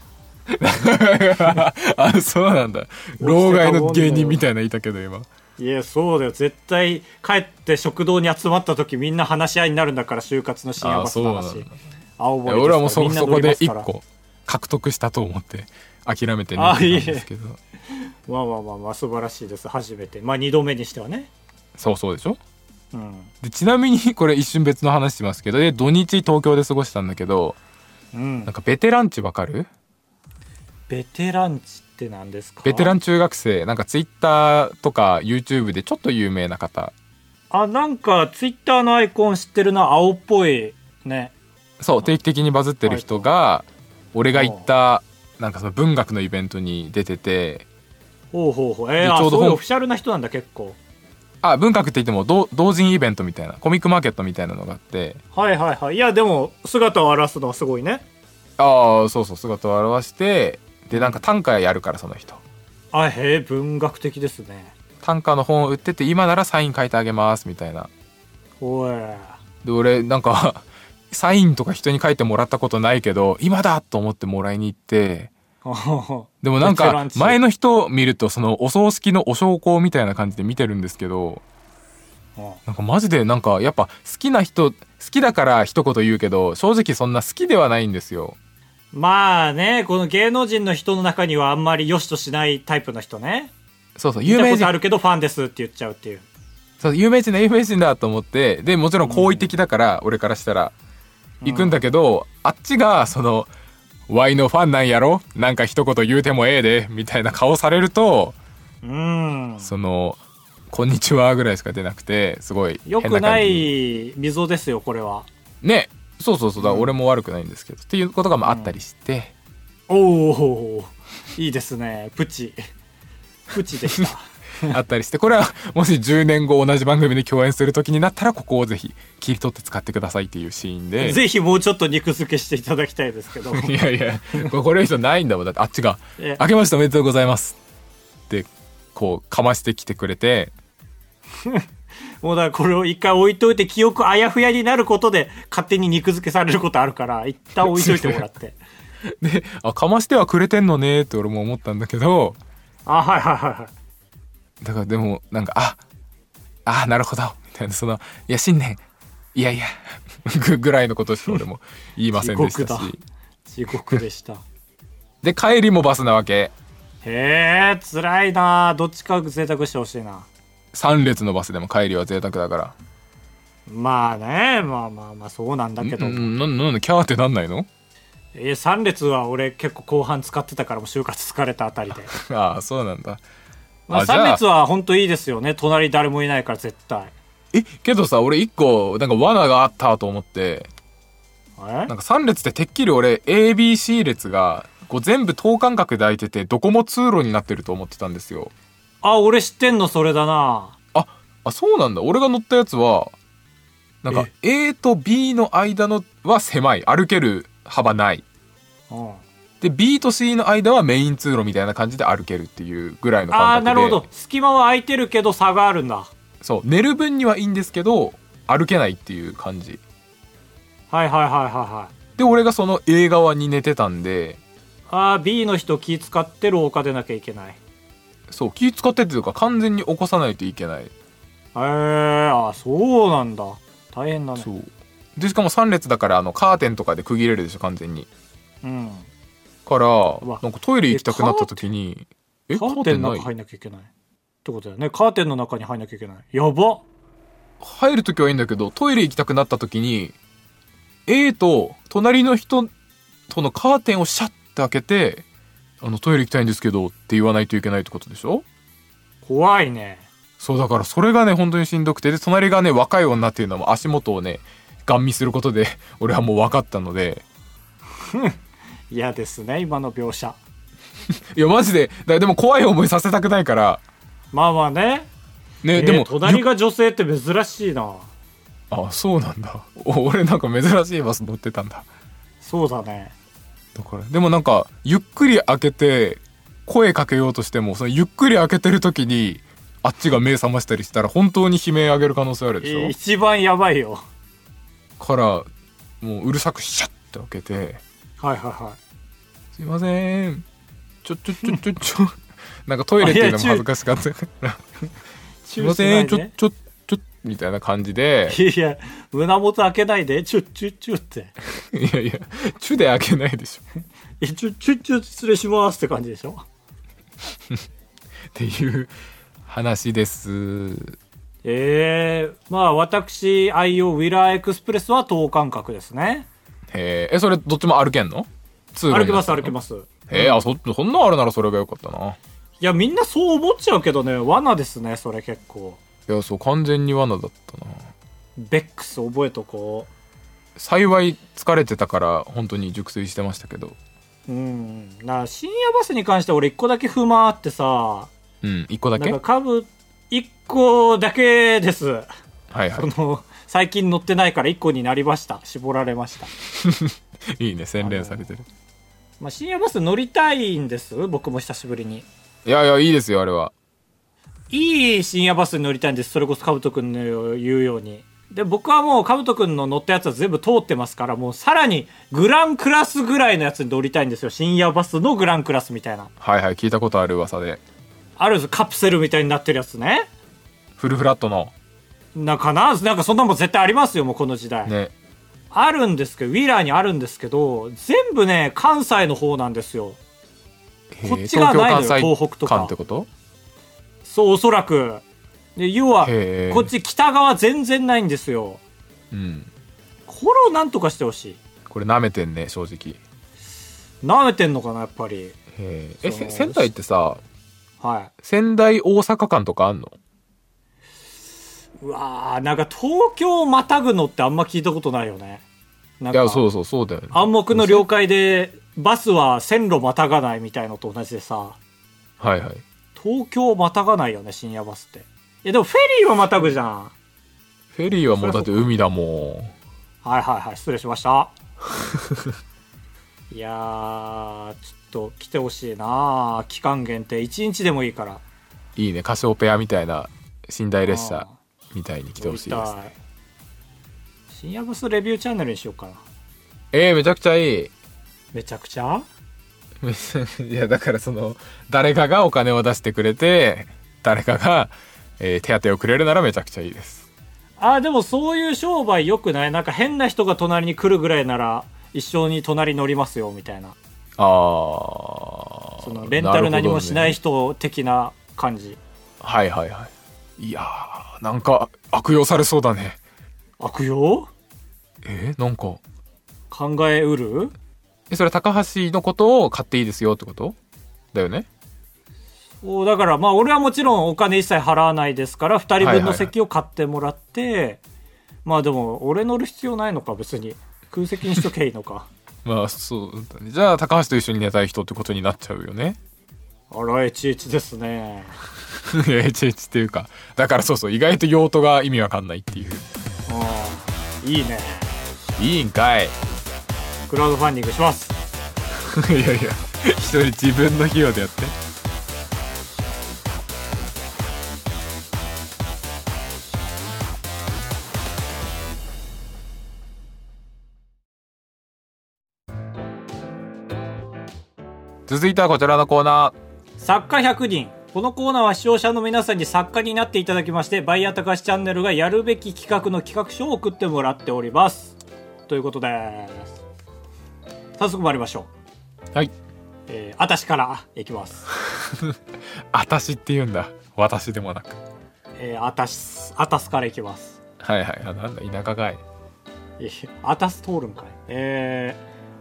B: あそうなんだ老害の芸人みたいないたけど今
A: いやそうだよ絶対帰って食堂に集まった時みんな話し合いになるんだから就活の深夜バスの
B: あそう
A: 話
B: なんだ
A: 青森ですから
B: 俺はもうそ
A: みんな
B: そ
A: 乗
B: こ
A: りま
B: です
A: から
B: 1個獲得したと思って諦めて
A: あ
B: 寝
A: いい
B: てたんですけど
A: まあまあまあまあ素晴らしいです初めてまあ2度目にしてはね
B: そうそうでしょ
A: うん
B: でちなみにこれ一瞬別の話しますけどで土日東京で過ごしたんだけど
A: うん
B: なんかベテランチわかる
A: ベテランチって何ですか
B: ベテラン中学生なんかツイッターとか YouTube でちょっと有名な方
A: あなんかツイッターのアイコン知ってるな青っぽいね
B: そう定期的にバズってる人が俺が行ったなんかその文学のイベントに出てて
A: ほうほうほうえー、
B: で
A: あ
B: ちょうど
A: そういう
B: 本
A: オフィシャルな人なんだ結構
B: あ文学って言っても同同人イベントみたいなコミックマーケットみたいなのがあって
A: はいはいはいいやでも姿を現すのはすごいね
B: ああそうそう姿を現してでなんか短歌やるからその人
A: あへえ文学的ですね
B: 短歌の本を売ってて今ならサイン書いてあげますみたいな
A: おい
B: で俺なんか サインとか人に書いてもらったことないけど今だと思ってもらいに行ってでもなん
A: ベテラ
B: か
A: ンチ
B: 前の人見るとそのお葬式のお焼香みたいな感じで見てるんですけど
A: うん
B: なんかマジでなんかやっぱ好きな人好きだから一言言うけど正直そんな好きではないんですよ
A: まあねこの芸能人の人の中にはあんまり良しとしないタイプの人ね
B: そうそう
A: 見
B: 有
A: た
B: 名
A: ことあ
B: 人
A: るけどファンですって言っちゃうっていう
B: そう有名人だ有名人だと思ってでもちろん好意的だから俺からしたら行くんだけどあっちがその「Y のファンなんやろなんか一言言うてもええで」みたいな顔されると
A: うん
B: その「こんにちは」ぐらいしか出なくてすごい変
A: よ
B: な感じ
A: くない溝ですよこれは
B: ねそうそうそうだ、俺も悪くないんですけどっていうことがまああったりして、
A: おおいいですねプチプチでした
B: あったりしてこれはもし10年後同じ番組で共演する時になったらここをぜひ切り取って使ってくださいっていうシーンで。
A: ぜひもうちょっと肉付けしていただきたいですけど
B: いやいやこれこれ以上ないんだもんだってあっちが
A: え
B: 「明けましておめでとうございます」ってこうかましてきてくれて
A: もうだからこれを一回置いといて記憶あやふやになることで勝手に肉付けされることあるから一旦置いといてもらって
B: であかましてはくれてんのねって俺も思ったんだけど
A: あはいはいはいはい
B: だからでもなんかああなるほどみたいなその「いや新年いやいや」ぐぐらいのことしか俺も言いませんでし
A: 地
B: た
A: 獄
B: し
A: 地獄でした
B: で帰りもバスなわけ
A: へえ辛いなどっちか贅沢してほしいな
B: 3列のバスでも帰りは贅沢だから
A: まあねまあまあまあそうなんだけど、
B: うんななんでキャーってなんないの
A: え3列は俺結構後半使ってたからもう就活疲れたあたりで
B: ああそうなんだ
A: まあ、
B: あじゃあ
A: 3列は本当いいですよね隣誰もいないから絶対
B: えけどさ俺一個なんか罠があったと思って
A: え
B: なんか3列っててっきり俺 ABC 列がこう全部等間隔で空いててどこも通路になってると思ってたんですよ
A: あ俺知ってんのそれだな
B: ああそうなんだ俺が乗ったやつはなんか A と B の間のは狭い歩ける幅ない
A: うん
B: で B と C の間はメイン通路みたいな感じで歩けるっていうぐらいの
A: ああ
B: 感覚で
A: なるほど隙間は空いてるけど差があるんだ
B: そう寝る分にはいいんですけど歩けないっていう感じ
A: はいはいはいはいはい
B: で俺がその A 側に寝てたんで
A: ああ B の人気使って廊下でなきゃいけないへ
B: そう気使ってっていうか完全に起こさないといけない
A: えああそうなんだ大変だね
B: そうでしかも3列だからあのカーテンとかで区切れるでしょ完全に
A: うん
B: から
A: わ
B: なんかトイレ行きたくなった時にえ
A: カーテンの中
B: カーテンない
A: 入んなきゃいけないってことだよねカーテンの中に入んなきゃいけないやば
B: 入る時はいいんだけどトイレ行きたくなった時に A と隣の人とのカーテンをシャッて開けてあのトイレ行きたいんですけどって言わないといけないってことでしょ
A: 怖いね
B: そうだからそれがね本当にしんどくてで隣がね若い女っていうのも足元をねガン見することで 俺はもう分かったので
A: 嫌ですね今の描写
B: いやマジでだでも怖い思いさせたくないから
A: まあまあね
B: ね、
A: えー
B: でも
A: 隣
B: よ
A: が女性って珍しいな
B: あそうなんだお俺なんか珍しいバス乗ってたんだ
A: そうだね
B: だからでもなんかゆっくり開けて声かけようとしてもそのゆっくり開けてる時にあっちが目覚ましたりしたら本当に悲鳴上げる可能性あるでしょ、
A: 一番やばいよ
B: からもううるさくシャッて開けて
A: はいはいは
B: 「すいませんちょちょちょちょちょ」なんかトイレっていうのも恥ずかしかったから
A: い
B: 「すいませんち
A: チュ
B: ょ
A: ーし
B: ちょちょ」みたいな感じで
A: ないでいや胸元開けないでチュッチュッチュッって
B: いやいや「チュ」で開けないでしょ
A: えチュッチュッチュッ失礼しますって感じでしょ
B: っていう話です。
A: ええまあ私愛用ウィラーエクスプレスは等間隔ですね
B: へーえそれどっちも歩けんの通
A: 歩きます歩き
B: す
A: ますい
B: へえあそそんなんあるならそれが良かったな
A: やみんなそう思っちゃうけどね罠ですねそれ結構
B: いやそう完全に罠だったな
A: ベックス覚えとこ
B: 幸い疲れてたから本当に熟睡してましたけど
A: ううんな深夜バスに関して俺一個だけ不満あってさ
B: うん一個だ
A: な
B: け
A: んか株一個だけです
B: はいは
A: その最近乗ってないから1個になりました絞られました、
B: いいいね洗練されてる
A: まあ、深夜バス乗りたいんです僕も久しぶりに
B: いやいやいいですよあれはい
A: い深夜バスに乗りたいんですそれこそカブト君の言うようにで僕はもうカブト君の乗ったやつは全部通ってますからもうさらにグランクラスぐらいのやつに乗りたいんですよ深夜バスのグランクラスみたいな
B: はいはい聞いたことある噂で
A: あるんですカプセルみたいになってるやつね
B: フルフラットの
A: なんかななんかそんなもん絶対ありますよもうこの時代、
B: ね
A: あるんですけどウィーラーにあるんですけど全部ね関西の方なんですよ
B: へー
A: こっちがないのよ東北とか
B: 間ってこと
A: そう、おそらく。で、要は、
B: へー
A: こっち北側全然ないんですよ。
B: うん
A: これをなんとかしてほしい。
B: これ舐めてんね正直
A: 舐めてんのかな、やっぱり。
B: へーえ
A: そう
B: せ仙台ってさ
A: は
B: 仙台大阪間とかあんの
A: い。うわー、なんか東京をまたぐのってあんま聞いたことないよね。なん
B: い
A: か、
B: やそうそうそうだよね
A: 暗黙の了解で、バスは線路またがないみたいのと同じでさ、
B: はいはい
A: 東京をまたがないよね、深夜バスって。いや、でもフェリーはまたぐじゃん。
B: フェリーはもうだって海だも
A: はいはいはい、失礼しました。 いやー、ちょっと来てほしいな期間限定、1日でもいいから。
B: んいいねカシオペアみたいな寝台列車
A: あ
B: みたいに来てほしいです
A: 乗りたい深夜バスレビューチャンネルにしようかな。
B: えー、めちゃくちゃいい
A: めちゃくちゃ
B: いやだからその誰かがお金を出してくれて誰かが、えー手当てをくれるならめちゃくちゃいいです
A: あー、でもそういう商売良くないなんか変な人が隣に来るぐらいなら、一緒に隣乗りますよ、みたいな。
B: あー
A: そのレンタル何もしない
B: る
A: 人的な感じ。
B: ほどねはいはいはいいやーなんか悪用されそうだね
A: 悪用
B: えー、なんか
A: 考えうる
B: えそれ高橋のことを買っていいですよってことだよね
A: おだからまあ俺はもちろんお金一切払わないですから2人分の席を買ってもらって、まあでも俺乗る必要ないのか別に空席にしとけばいいの か
B: まあそうだねじゃあ高橋と一緒に寝たい人ってことになっちゃうよね
A: あらいちいちですね
B: いや HH っていうかだからそうそう意外と用途が意味わかんないっていう
A: うんいいね
B: いいんかい
A: クラウドファンディングします
B: いやいや一人自分の費用でやって続いてはこちらのコーナー
A: 作家100人このコーナーは視聴者の皆さんに作家になっていただきましてバイヤー高橋チャンネルがやるべき企画の企画書を送ってもらっておりますということです早速参りましょう、
B: はい
A: えー、私からいきます
B: あたしって言うんだ私でもなく
A: えー、アタス、アタスからいきます。
B: はいはいあなんだ田舎かい
A: いやアタス通るんかい。え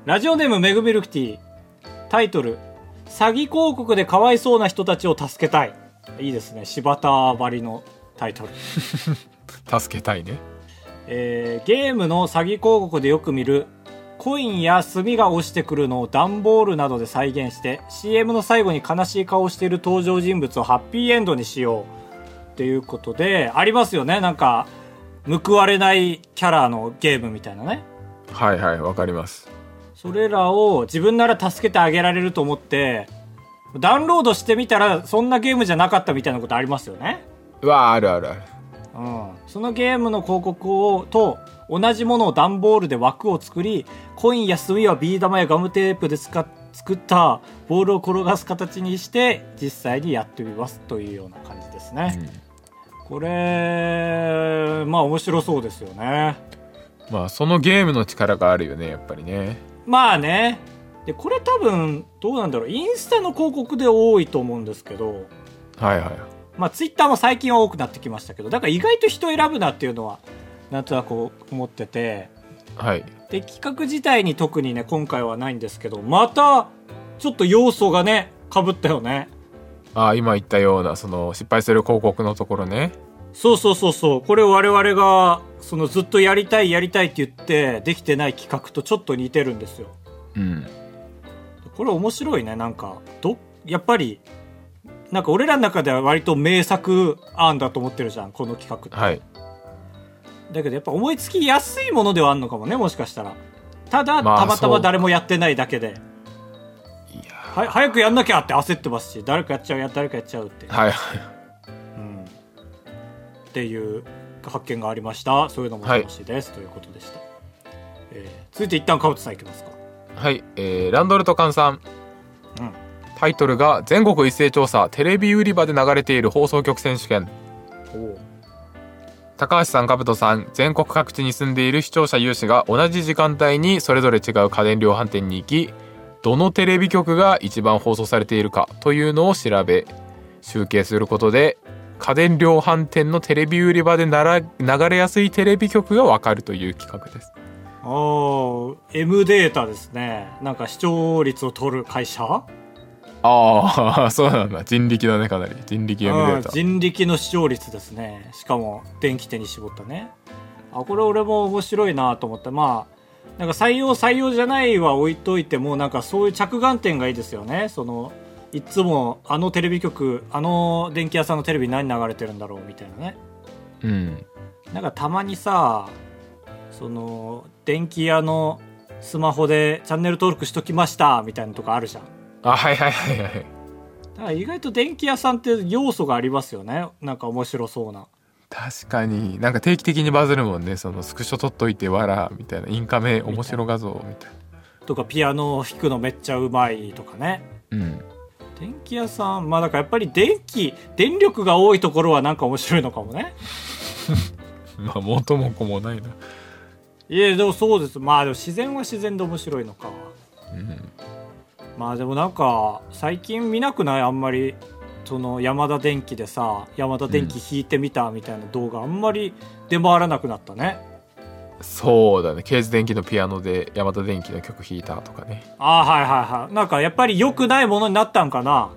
A: ー、ラジオネームメグミルクティー。タイトル、詐欺広告でかわいそうな人たちを助けたい。いいですね。柴田ばりのタイトル。
B: 助けたいね
A: えーゲームの詐欺広告でよく見るコインや炭が落ちてくるのを段ボールなどで再現して CM の最後に悲しい顔をしている登場人物をハッピーエンドにしようっていうことでありますよねなんか報われないキャラのゲームみたいなね
B: はいはいわかります
A: それらを自分なら助けてあげられると思ってダウンロードしてみたらそんなゲームじゃなかったみたいなことありますよね
B: わああるあるある
A: うん、そのゲームの広告をと同じものを段ボールで枠を作りコインや炭はビー玉やガムテープで使っ作ったボールを転がす形にして実際にやってみますというような感じですね、これまあ面白そうですよね
B: まあそのゲームの力があるよねやっぱりね
A: まあねでこれ多分どうなんだろうインスタの広告で多いと思うんですけど
B: はいはい
A: まあ、ツイッターも最近は多くなってきましたけどだから意外と人選ぶなっていうのはなんとなく思ってて
B: はい
A: で企画自体に特にね今回はないんですけどまたちょっと要素がねかぶったよね
B: ああ今言ったようなその失敗する広告のところね
A: そうそうそうそうこれ我々がそのずっとやりたいやりたいって言ってできてない企画とちょっと似てるんですよ
B: うん
A: これ面白いねなんかどやっぱりなんか俺らの中では割と名作案だと思ってるじゃんこの企画って
B: はい
A: だけどやっぱ思いつきやすいものではあるのかもねもしかしたらただ、
B: まあ
A: たまた
B: そ
A: ま
B: う
A: 誰もやってないだけで
B: いやー
A: は早くやんなきゃって焦ってますし誰かやっちゃうや誰かやっちゃうって、
B: はい はい
A: うん、っていう発見がありましたそういうのも楽しいです、ということでした、えー続いて一旦かぶとさんいきますか
B: はい、えーランドルトカンさん
A: うん
B: タイトルが「全国一斉調査テレビ売り場で流れている放送局選手権」
A: おう
B: 高橋さん、兜さん、全国各地に住んでいる視聴者有志が同じ時間帯にそれぞれ違う家電量販店に行き、どのテレビ局が一番放送されているかというのを調べ、集計することで、家電量販店のテレビ売り場でなら流れやすいテレビ局がわかるという企画です。
A: あー M データですねなんか視聴率を取る会社
B: ああ、 そうなんだ。人力だね、かなり。人力 M デー
A: う
B: タ
A: ん。人力の視聴率ですねしかも電気手に絞ったねあこれ俺も面白いなと思ったまあなんか採用採用じゃないは置いといてもなんかそういう着眼点がいいですよねそのいつもあのテレビ局あの電気屋さんのテレビ何流れてるんだろうみたいなね
B: うん。
A: なんかたまにさその電気屋のスマホでチャンネル登録しときましたみたいなとこあるじゃん
B: あ、はいはいはいは
A: だ
B: い。
A: から意外と電気屋さんって要素がありますよねなんか面白そうな
B: 確かになんか定期的にバズるもんねそのスクショ撮っといてわらみたいなインカメ面白画像みたい
A: とかピアノを弾くのめっちゃうまいとかね
B: なうん
A: 電気屋さんまあだからやっぱり電気電力が多いところはなんか面白いのかもね
B: まあ元も子もないな、
A: いやでもそうですまあでも自然は自然で面白いのか
B: うん、
A: まあでもなんか最近見なくないあんまりその山田電機でさ山田電機弾いてみたみたいな動画あんまり出回らなくなったね
B: そうだねケーズ電機のピアノでヤマダ電機の曲弾いたとかね
A: ああはいはいはいなんかやっぱり良くないものになったんかな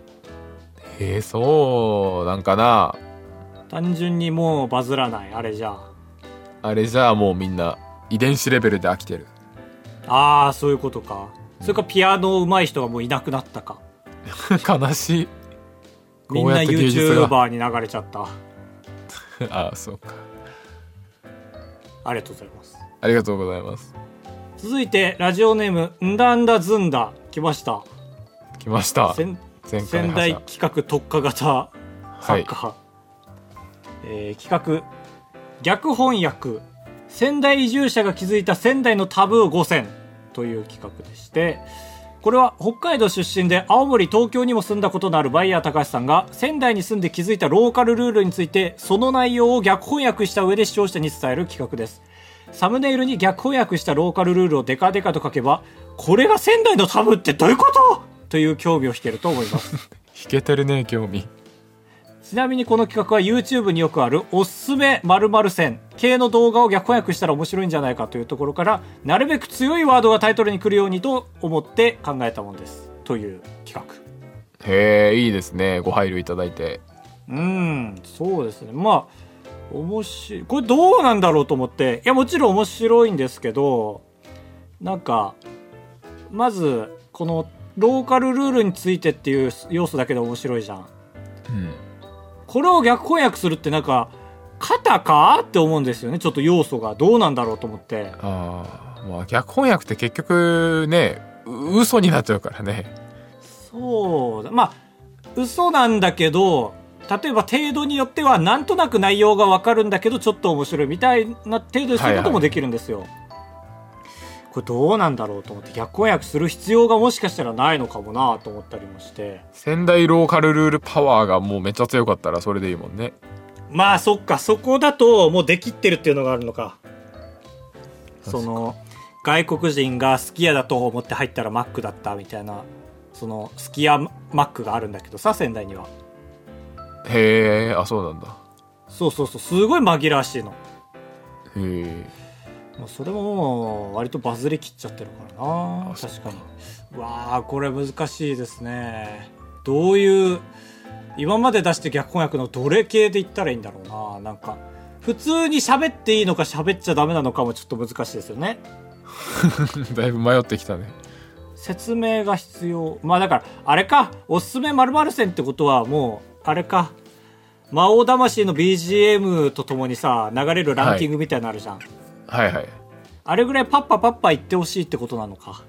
B: へえそうなんかな
A: 単純にもうバズらないあれじゃあ
B: あれじゃあもうみんな遺伝子レベルで飽きてる
A: ああそういうことかそれかピアノ上手い人がもういなくなったか
B: 悲しい
A: みん
B: こう
A: な
B: やって芸術が
A: YouTuber に流れちゃった
B: ああそうか
A: ありがとうございます
B: ありがとうございます
A: 続いてラジオネームんだんだずんだ来ました
B: 来ました
A: 仙
B: 前回
A: 仙
B: の覇
A: 台
B: 者
A: 企画特化型
B: は
A: 作
B: い
A: 家、えー企画逆翻訳仙台移住者が築いた仙台のタブー5選という企画でしてこれは北海道出身で青森東京にも住んだことのあるバイヤー高橋さんが仙台に住んで築いたローカルルールについてその内容を逆翻訳した上で視聴者に伝える企画ですサムネイルに逆翻訳したローカルルールをデカデカと書けばこれが仙台のタブーってどういうことという興味を引けると思います
B: 弾けてるね興味
A: ちなみにこの企画は YouTube によくあるおすすめ〇〇線系の動画を逆翻訳したら面白いんじゃないかというところからなるべく強いワードがタイトルに来るようにと思って考えたものですという企画
B: へえいいですねご配慮いただいて
A: うーんそうですねまあ面白いこれどうなんだろうと思っていやもちろん面白いんですけどなんかまずこのローカルルールについてっていう要素だけで面白いじゃん
B: うん
A: これを逆翻訳するってなんか肩かって思うんですよねちょっと要素がどうなんだろうと思って
B: あーまあ逆翻訳って結局ねう嘘になっちゃうからね
A: そうだまあ嘘なんだけど例えば程度によってはなんとなく内容がわかるんだけどちょっと面白いみたいな程度にすることもできるんですよ、これどうなんだろうと思って逆翻訳する必要がもしかしたらないのかもなと思ったりもして
B: 仙台ローカルルールパワーがもうめっちゃ強かったらそれでいいもんね
A: まあそっかそこだともうできってるっていうのがあるのかその外国人がすき家だと思って入ったらマックだったみたいなそのすき家マックがあるんだけどさ仙台には
B: へえあそうなんだ
A: そうそうそうすごい紛らわしいの
B: へえ
A: もうそれももう割とバズりきっちゃってるからな
B: あそっ
A: 確かにうわあこれ難しいですねどういう今まで出して逆翻訳のどれ系で言ったらいいんだろうななんか普通に喋っていいのか喋っちゃダメなのかもちょっと難しいですよね
B: だいぶ迷ってきたね
A: 説明が必要まあだからあれかおすすめ〇〇線ってことはもうあれか魔王魂の BGM とともにさ流れるランキングみたいなのあるじゃん、
B: はいはい
A: あれぐらいパッパパッパ言ってほしいってことなのか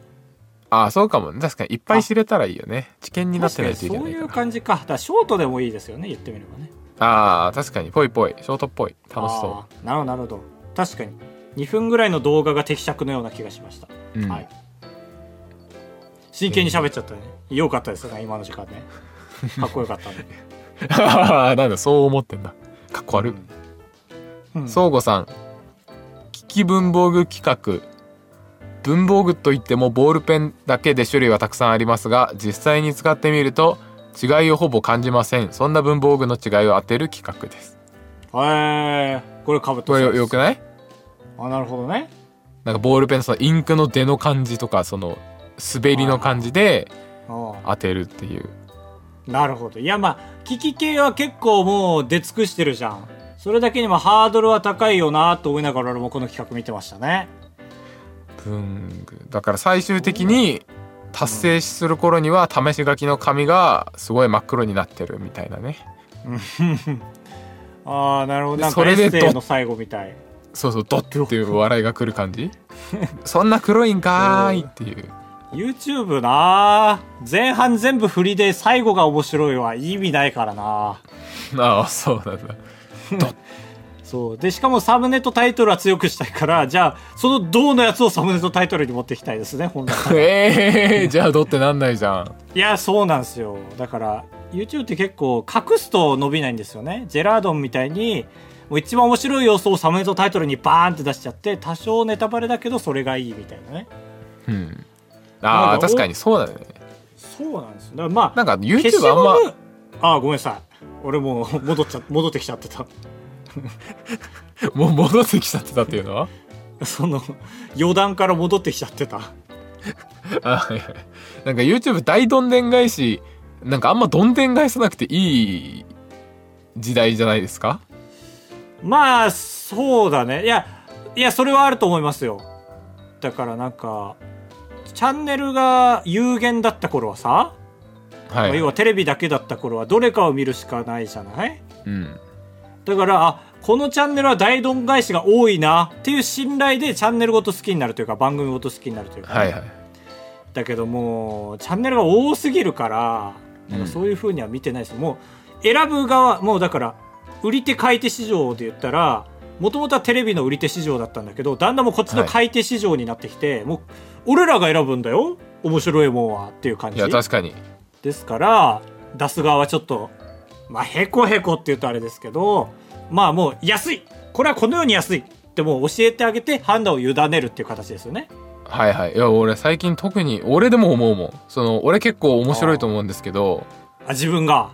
B: あそうかもね確かにいっぱい知れたらいいよね知見になっ
A: 確か
B: てな
A: に
B: いといけ
A: そう
B: ない
A: い
B: か
A: う
B: ら
A: 感じかだからショートでもいいですよね言ってみればね
B: ああ確かにぽいぽいショートっぽい楽しそ
A: あーなるほどなるほど確かに2分ぐらいの動画が適尺のような気がしました、
B: う、うん
A: はい真剣に喋っちゃったね、よかったですね今の時間ねかっこよかった ね、
B: なんだそう思ってんだかっこ悪い、
A: うん
B: 相互さん危機文房具企画文房具といってもボールペンだけで種類はたくさんありますが実際に使ってみると違いをほぼ感じませんそんな文房具の違いを当てる企画です
A: へえこれかぶっ
B: これよよくない
A: あなるほどね
B: なんかボールペンのそのインクの出の感じとかその滑りの感じで
A: う
B: 当てるっていう、
A: んなるほどいやまあ機器系は結構もう出尽くしてるじゃんそれだけにもハードルは高いよなと思いながら俺もこの企画見てましたね
B: 文具だから最終的に達成する頃には試し書きの紙がすごい真っ黒になってるみたいなね
A: ああなるほど
B: で
A: なん
B: そ
A: かエ
B: れ
A: ッ
B: でど
A: セイの最後みたい
B: そうそうドッっていう笑いが来る感 じそんな黒いんかーいっていう
A: YouTube なー前半全部振りで最後が面白いは意味ないからな
B: ああそうなんだ
A: そうでしかもサムネとタイトルは強くしたいからじゃあその「銅のやつをサムネとタイトルに持っていきたいですね 本来は
B: ええー、じゃあドってなんないじゃん
A: いやそうなんですよだから YouTube って結構隠すと伸びないんですよねジェラードンみたいにもう一番面白い要素をサムネとタイトルにバーンって出しちゃって多少ネタバレだけどそれがいいみたいなね
B: うんあ
A: なん
B: あ
A: か
B: 確かにそうだね
A: そうなんですよだからまあ
B: なんか
A: 消し
B: YouTube あん
A: ゴ
B: ま
A: ムああごめんなさい俺もう戻っちゃ戻ってきちゃってた
B: もう戻ってきちゃってたっていうのは
A: その余談から戻ってきちゃってた
B: あはいはいなんか YouTube 大どんでん返しなんかあんまどんでん返さなくていい時代じゃないですか
A: まあそうだねいやいやそれはあると思いますよだからなんかチャンネルが有限だった頃はさ、ま
B: は
A: あ
B: い
A: 要はテレビだけだった頃はどれかを見るしかないじゃない
B: うん
A: だからあこのチャンネルは大どん返しが多いなっていう信頼でチャンネルごと好きになるというか番組ごと好きになるというかね、
B: はいはい
A: だけどもうチャンネルが多すぎるからなんかそういう風には見てないです、もう選ぶ側もうだから売り手買い手市場で言ったらもともとはテレビの売り手市場だったんだけどだんだんもうこっちの買い手市場になってきて、もう俺らが選ぶんだよ面白いもんはっていう感
B: い
A: じ
B: や確かに
A: ですから出す側はちょっとまあへこへこって言うとあれですけどまあもう安いこれはこのように安いってもう教えてあげて判断を委ねるっていう形ですよね
B: はいはいいや俺最近特に俺でも思うもんその俺結構面白いと思うんですけど
A: あ自分が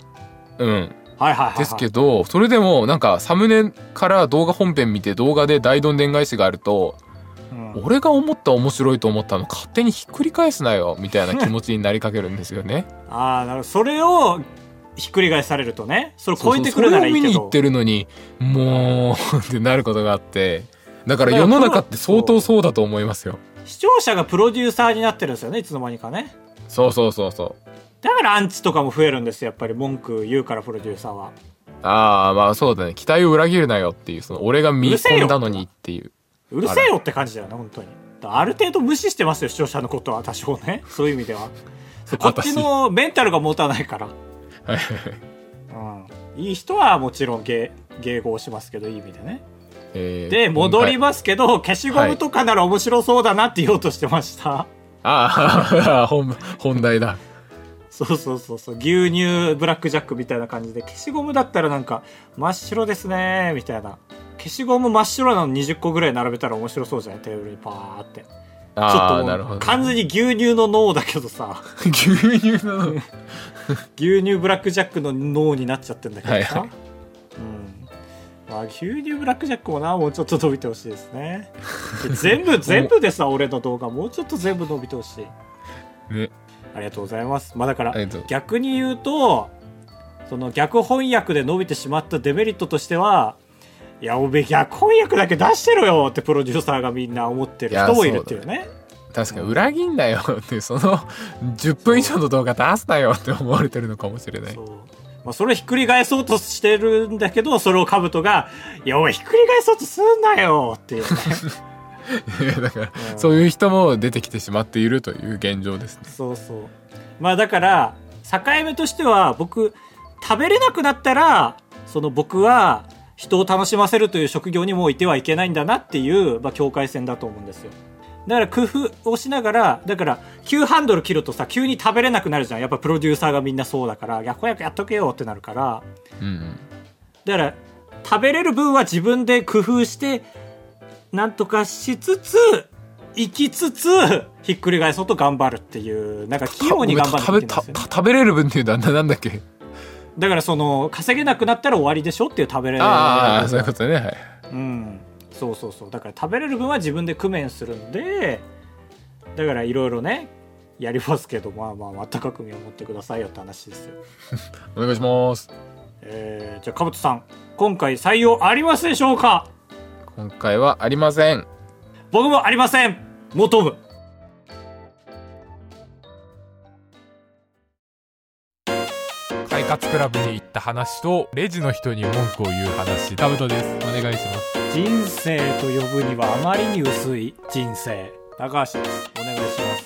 B: うん
A: はいはいはい、はい、
B: ですけどそれでもなんかサムネから動画本編見て動画で大どんでん返しがあると
A: うん
B: 俺が思った面白いと思ったの 勝手にひっくり返すなよみたいな気持ちになりかけるんですよね
A: ああなるほどそれをひっくり返されるとねそれ
B: そう
A: 超えてくるならいいけ
B: それ
A: ど
B: を見に行ってるのにもうってなることがあってだから世の中って相当そうだと思いますよ
A: 視聴者がプロデューサーになってるんですよねいつの間にかね
B: そうそうそうそう
A: だからアンチとかも増えるんですよやっぱり文句言うからプロデューサーは
B: ああまあそうだね期待を裏切るなよっていうその俺が見込んだのにって いう
A: うるせえよって感じだよね本当にだからある程度無視してますよ視聴者のことは多少ね そういう意味ではそうこっちのメンタルが持たないから
B: はいはいはい
A: うんいい人はもちろん迎迎合しますけどいい意味でね
B: えー
A: で戻り
B: 今回
A: ますけど消しゴムとかなら面白そうだなって言おうとしてました、
B: ああ本本題だ
A: そうそうそうそう牛乳ブラックジャックみたいな感じで消しゴムだったらなんか真っ白ですねみたいな消しゴム真っ白なの20個ぐらい並べたら面白そうじゃないテーブルにパーってちょっ
B: ああ なる
A: と
B: ほ
A: もう
B: ど
A: 完全に牛乳の脳だけどさ
B: 牛乳な の
A: 牛乳ブラックジャックの脳になっちゃってんだけどさ、
B: はい
A: う
B: は
A: んまあ、牛乳ブラックジャックもなもうちょっと伸びてほしいです ね全部全部でさ俺の動画もうちょっと全部伸びてほしい
B: ね
A: ありがとうございます。まあだから
B: ありがとう
A: 逆に言うとその逆翻訳で伸びてしまったデメリットとしてはいやおめえ逆翻訳だけ出してろよってプロデューサーがみんな思ってる人もいるっていうね。
B: 確かに裏切んなよってその10分以上の動画出すなよって思われてるのかもしれない
A: そうまあ、それをひっくり返そうとしてるんだけどそれをカブトが「いやお前ひっくり返そうとすんなよ」っていうね
B: い やだから、
A: うん
B: そういう人も出てきてしまっているという現状ですね
A: そうそうまあだから境目としては僕食べれなくなったらその僕は人を楽しませるという職業にもういてはいけないんだなっていう、まあ、境界線だと思うんですよだから工夫をしながらだから急ハンドル切るとさ急に食べれなくなるじゃんやっぱプロデューサーがみんなそうだから逆やっやっとけよってなるから
B: うんうん
A: だから食べれる分は自分で工夫してなんとかしつつ生きつつひっくり返そうと頑張るっていうなんか器用に頑張
B: 食
A: る
B: べ
A: ってきま
B: た
A: すよね
B: 食べれる分っていうのはななんだっけ
A: だからその稼げなくなったら終わりでしょっていう食べれる
B: ああそういうことねはい
A: うんそうそうそうだから食べれる分は自分で工面するんでだからいろいろねやりますけどまあまあ全く身を持ってくださいよって話ですよ
B: お願いします
A: えー、じゃあかぶとさん今回採用ありますでしょうか
B: 今回はありません
A: 僕もありません求む
B: 快活クラブに行った話とレジの人に文句を言う話タブトですお願いします
A: 人生と呼ぶにはあまりに薄い人生高橋ですお願いします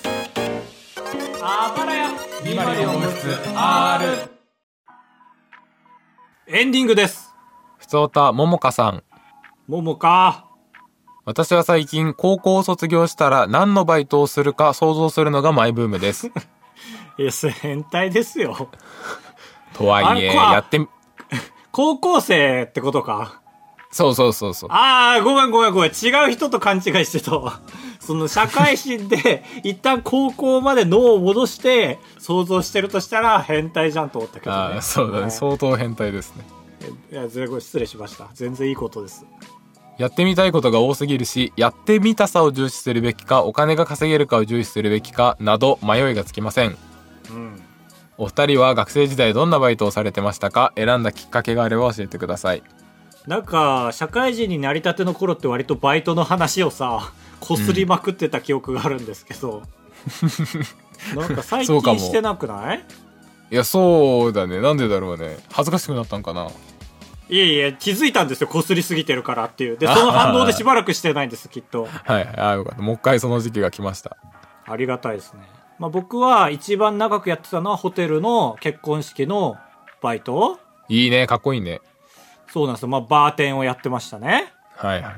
A: あばらやエンディングです
B: ふつおたももかさん
A: ももか
B: 私は最近高校を卒業したら何のバイトをするか想像するのがマイブームです
A: いやそれ変態ですよ
B: とはいえ
A: あんこは
B: やってみ
A: 高校生ってことか
B: そうそうそうそう
A: ああごめんごめんごめん違う人と勘違いしてたわその社会人 で一旦高校まで脳を戻して想像してるとしたら変態じゃんと思ったけど、ね、
B: ああそうだね相当変態ですね
A: いやずれご失礼しました全然いいことです
B: やってみたいことが多すぎるしやってみたさを重視するべきかお金が稼げるかを重視するべきかなど迷いがつきません
A: うん
B: お二人は学生時代どんなバイトをされてましたか選んだきっかけがあれば教えてください
A: なんか社会人になりたての頃って割とバイトの話をさこすりまくってた記憶があるんですけど、なんか最
B: そうかも
A: 近してなくない
B: いやそうだねなんでだろうね恥ずかしくなったんかない
A: やいや気づいたんですよこすりすぎてるからっていうでその反応でしばらくしてないんですきっと
B: はいああよかったもう一回その時期が来ました
A: ありがたいですね、まあ、僕は一番長くやってたのはホテルの結婚式のバイト
B: いいねかっこいいね
A: そうなんですよ、まあ、バーテンをやってましたね
B: はいはい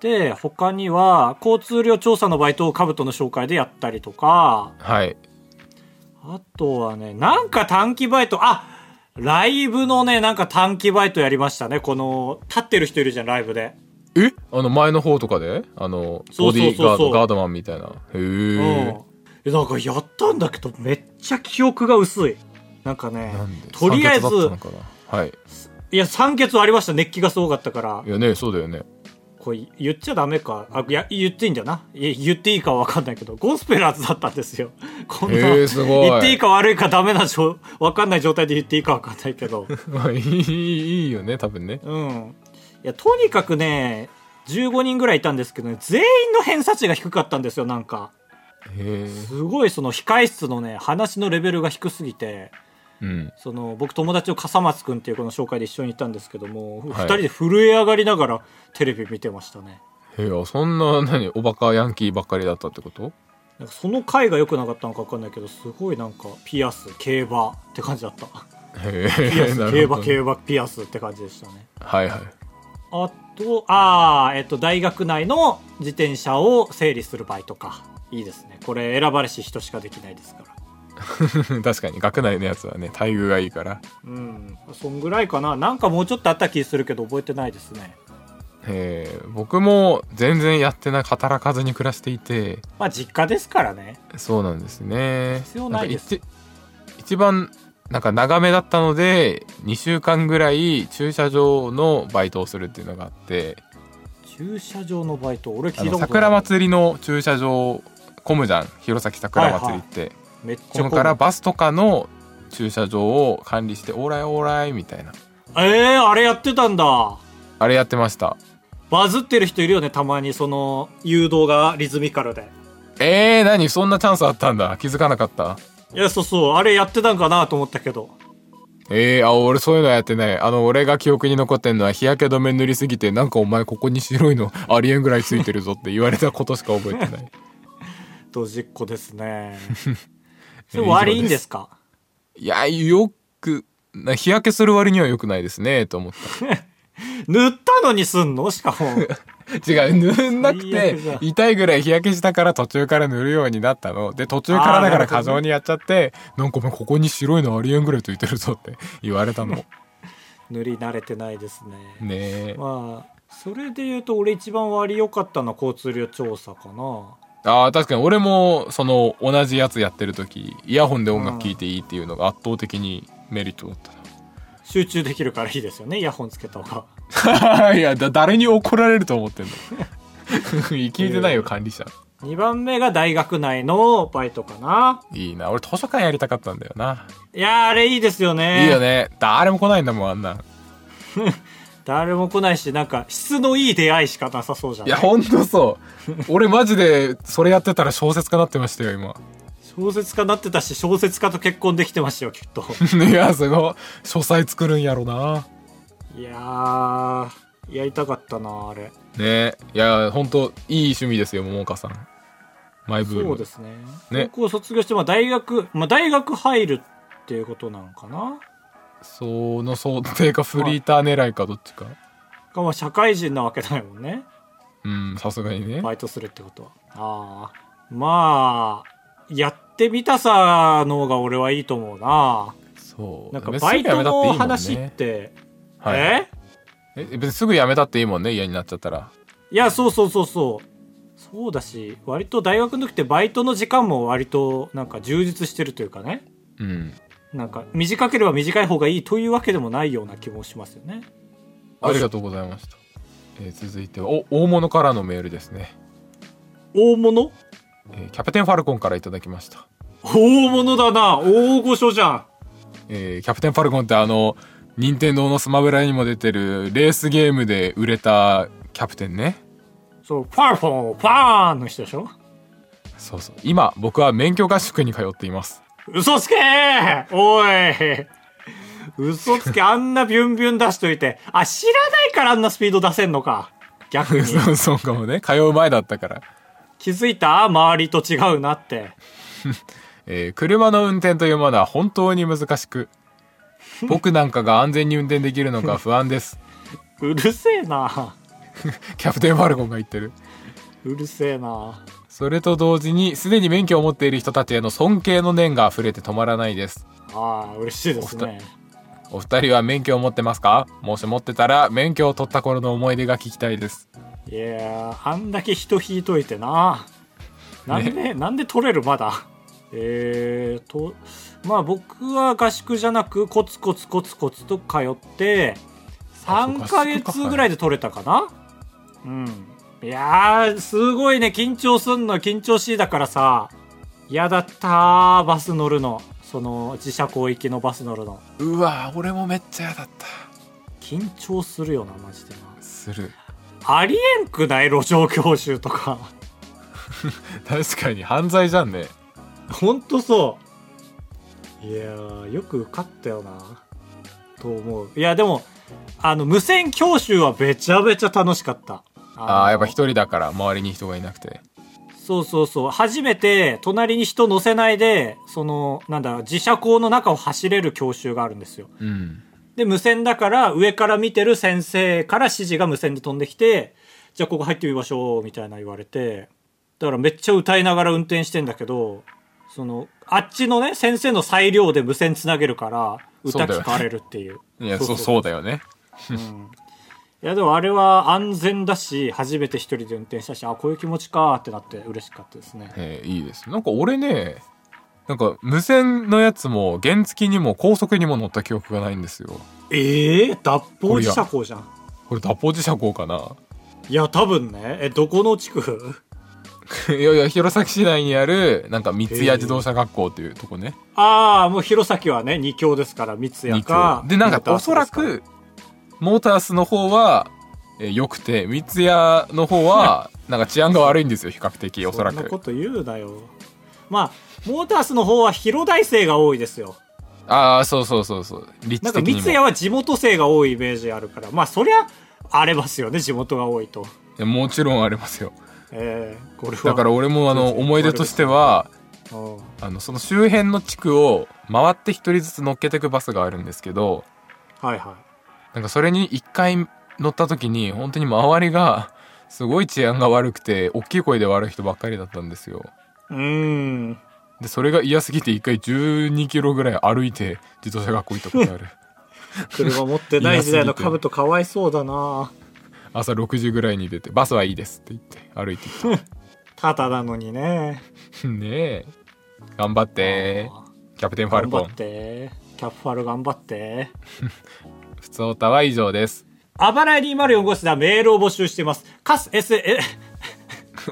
A: で他には交通量調査のバイトをカブトの紹介でやったりとか
B: はい
A: あとはね、なんか短期バイト、あライブのね、なんか短期バイトやりましたね。この、立ってる人いるじゃん、ライブで。
B: えあの前の方とかであの
A: そ
B: ボ
A: うそうそうそう
B: ディーガードガードマンみたいなへ
A: うん。
B: え
A: えなんかやったんだけど、めっちゃ記憶が薄い。なんかね
B: なんで、
A: とりあえず
B: 酸欠だ、ったのかなはい
A: いや、酸欠ありました、熱気がすごかったから
B: い。やねそうだよね
A: これ言っちゃダメかあいや言っていいんだよない言っていいかは分かんないけどゴスペラーズだったんですよ こんな、
B: へーすごい
A: 言っていいか悪いかダメな状分かんない状態で言っていいか分かんないけ ど
B: まあいいいいよね多分ね
A: うんいやとにかくね15人ぐらいいたんですけどね全員の偏差値が低かったんですよなんか
B: へえ
A: すごいその控室のね話のレベルが低すぎて
B: うん
A: その僕友達の笠松君っていう子の紹介で一緒に行ったんですけども、二
B: はい
A: 人で震え上がりながらテレビ見てましたね
B: へえあそんな何おバカヤンキーばっかりだったってこと
A: なんかその回が良くなかったのか分かんないけどすごいなんかピアス競馬って感じだったピ
B: へ
A: アス
B: えな
A: 競
B: るほ
A: 馬
B: ど
A: 競馬ピアスって感じでしたね
B: はいはい
A: あとああえっと大学内の自転車を整理する場合とかいいですねこれ選ばれし人しかできないですから
B: 確かに学内のやつはね待遇がいいから
A: うんそんぐらいかななんかもうちょっとあった気するけど覚えてないですね
B: えー僕も全然やってな働かずに暮らしていて
A: まあ実家ですからね
B: そうなんですね
A: 必要ないです
B: んか一一番なんか長めだったので2週間ぐらい駐車場のバイトをするっていうのがあって
A: 駐車場のバイト俺
B: あ
A: 聞いた
B: の
A: ことない
B: 桜祭りの駐車場混むじゃん弘前桜祭りって、
A: めっちゃ
B: 混
A: 混
B: む
A: む
B: からバスとかの駐車場を管理してオーライオーライみたいな
A: えー、あれやってたんだ
B: あれやってました
A: バズってる人いるよねたまにその誘導がリズミカルで
B: えー、何そんなチャンスあったんだ気づかなかった
A: いやそうそうあれやってたんかなと思ったけど
B: えー、あ、俺そういうのやってない。あの、俺が記憶に残ってんのは日焼け止め塗りすぎて、なんかお前ここに白いのありえんぐらいついてるぞって言われたことしか覚えて ない。
A: ドジっ子です ねそ
B: 以上
A: れ
B: です
A: 割いいんですか
B: いや、よく、な日焼けする割には良くないですね、と思っ
A: 塗ったのにすんのし かも
B: た。違う、塗んなく
A: 最
B: て
A: 悪じゃん、
B: 痛いぐらい日焼けしたから途中から塗るようになったの。で、途中からだから過剰にやっちゃって、なんかお前ここに白いのありえんぐらいついてるぞって 言われたの。ね
A: 塗り慣れてないですね
B: え。
A: まあそれで言うと俺一番割良かったのは交通量調査かな
B: ああ、確かに俺も、その、同じやつやってる時、イヤホンで音楽聴いていいっていうのが圧倒的にメリットだった
A: 集中できるからいいですよねイヤホンつけた方が
B: な。いや、だ、誰に怒られると思ってんの 聞いてないよ、管理者。
A: 2番目が大学内のバイトかない
B: いな。俺図書館やりたかったんだよな。
A: いやーあれいいですよね
B: いいよね。誰も来ないんだもん、あんな。
A: 誰も来ないしなんか質のいい出会いしかなさそうじゃ
B: いや、
A: ない
B: ほんとそう。俺マジで、それやってたら小説家なってましたよ、今。
A: 小説家なってたし小説家と結婚できてましたよきっ と
B: いや、すごい。書斎作るんやろな。
A: いやーやりたかったなあれ
B: ねいや、ほんと、いい趣味ですよ、桃花さん。マイブーム。
A: そうですね
B: ね
A: 高校卒業して、まあ、大学、まあ、大学入るっていうことなのかな
B: その想定かフリーター狙いかどっちか。
A: かまあ社会人なわけないもんね
B: うん、さすがにね。
A: バイトするってことはああまあやってみたさの方が俺はいいと思うな
B: そう。
A: なんか
B: 別
A: バ
B: にす
A: イ
B: ぐ辞
A: ト
B: めたって
A: の
B: いいもんね
A: 話って
B: はい
A: え
B: え別にすぐ辞めたっていいもんね、嫌になっちゃったら。
A: いやそうそうそうそうそうだし割と大学の時ってバイトの時間も割となんか充実してるというかね
B: うん。
A: なんか短ければ短い方がいいというわけでもないような気もしますよね
B: ありがとうございました。えー続いては、お、大物からのメールですね。
A: 大物
B: えーキャプテンファルコンからいただきました。
A: 大物だな大御所じゃん
B: えーキャプテンファルコンってあの、任天堂のスマブラにも出てるレースゲームで売れたキャプテンね。
A: そうファーフォンファーンの人でしょ
B: そうそう。今、僕は免許合宿に通っています。
A: 嘘つけーおい嘘つけあんなビュンビュン出しといてあ知らないからあんなスピード出せんのか逆 に
B: そう そうかもね。通う前だったから。
A: 気づいた周りと違うなって
B: えー車の運転というものは本当に難しく僕なんかが安全に運転できるのか不安です
A: うるせえな
B: キャプテンファルコンが言ってる
A: うるせえな
B: それと同時にすでに免許を持っている人たちへの尊敬の念が溢れて止まらないです
A: ああ嬉しいですね
B: お二人は免許を持ってますかもし持ってたら免許を取った頃の思い出が聞きたいです
A: いやーあんだけ人引いといてななんで、なんで取れるまだえーとまあ僕は合宿じゃなくコツコツコツコツと通って
B: あそう
A: 3ヶ月ぐらいで取れたかなうんいやーすごいね緊張すんの緊張しいだからさ嫌だったーバス乗るのその自社広域のバス乗るの
B: うわ俺もめっちゃ嫌だった
A: 緊張するよなマジでな
B: する
A: ありえんくない路上教習とか
B: 確かに犯罪じゃんね
A: ほんとそういやーよく受かったよなと思ういやでもあの無線教習はべちゃべちゃ楽しかった
B: ああーやっぱ
A: 人
B: 一人だから周りに人がいなくて
A: そうそうそう。初めて、隣に人乗せないで、その、なんだ、自社校の中を走れる教習があるんですよ。
B: うん
A: で、無線だから、上から見てる先生から指示が無線で飛んできて、じゃあここ入ってみましょう、みたいな言われて、だからめっちゃ歌いながら運転してんだけど、その、あっちのね、先生の裁量で無線つなげるから、歌聞かれるっていう。
B: いやそうそうだよね
A: いやでもあれは安全だし、初めて一人で運転したし、あ、こういう気持ちかーってなって嬉しかったですね。
B: えーいいですなんか俺ねなんか無線のやつも原付にも高速にも乗った記憶がないんですよ
A: ええ脱法自社校じゃん。
B: これ脱法自社校かな
A: いや、多分ね。え、どこの地区
B: いやいや弘前市内にあるなんか三ツ谷自動車学校っていうとこね、
A: ああ、もう弘前はね、二強ですから、三
B: 二
A: 谷か
B: 強。でなんかおそら
A: モータースです
B: くモータースの方はえー良くて三ツ谷の方 はなんか治安が悪いんですよ比較的おそ
A: からそんな
B: く
A: こと言うなよ。まあ、モータースの方は広大生が多いですよ。
B: ああそうそうそうそう立
A: なん
B: 地
A: か
B: 的
A: 三
B: に
A: 谷
B: も
A: は地元生が多いイメージあるから、まあそりゃ、あれますよね、地元が多いと。
B: いやもちろんありますよ
A: ええこれは。
B: だから俺もあの
A: 全然
B: 思い出としては
A: うん、
B: あのその周辺の地区を回って一人ずつ乗っけてくバスがあるんですけど
A: はいは
B: なんかそれに一回乗った時に本当に周りがすごい治安が悪くて大きい声で悪い人ばっかりだったんですよ
A: い。うーん。
B: でそれが嫌すぎて一回1 2キロぐらい歩いて自動車学校行ったこと ある
A: 車持ってない時代の兜かわいそうだな
B: 朝6時ぐらいに出てバスはいいですって言って歩いて行った
A: だなのにね。
B: た ねえ頑張ってキャプテンファル
A: 頑張
B: コ
A: っ
B: ン
A: て。キャップファル頑張って。
B: 普通オタは以上です
A: あばらい204号室ではメールを募集しています。カス S、え、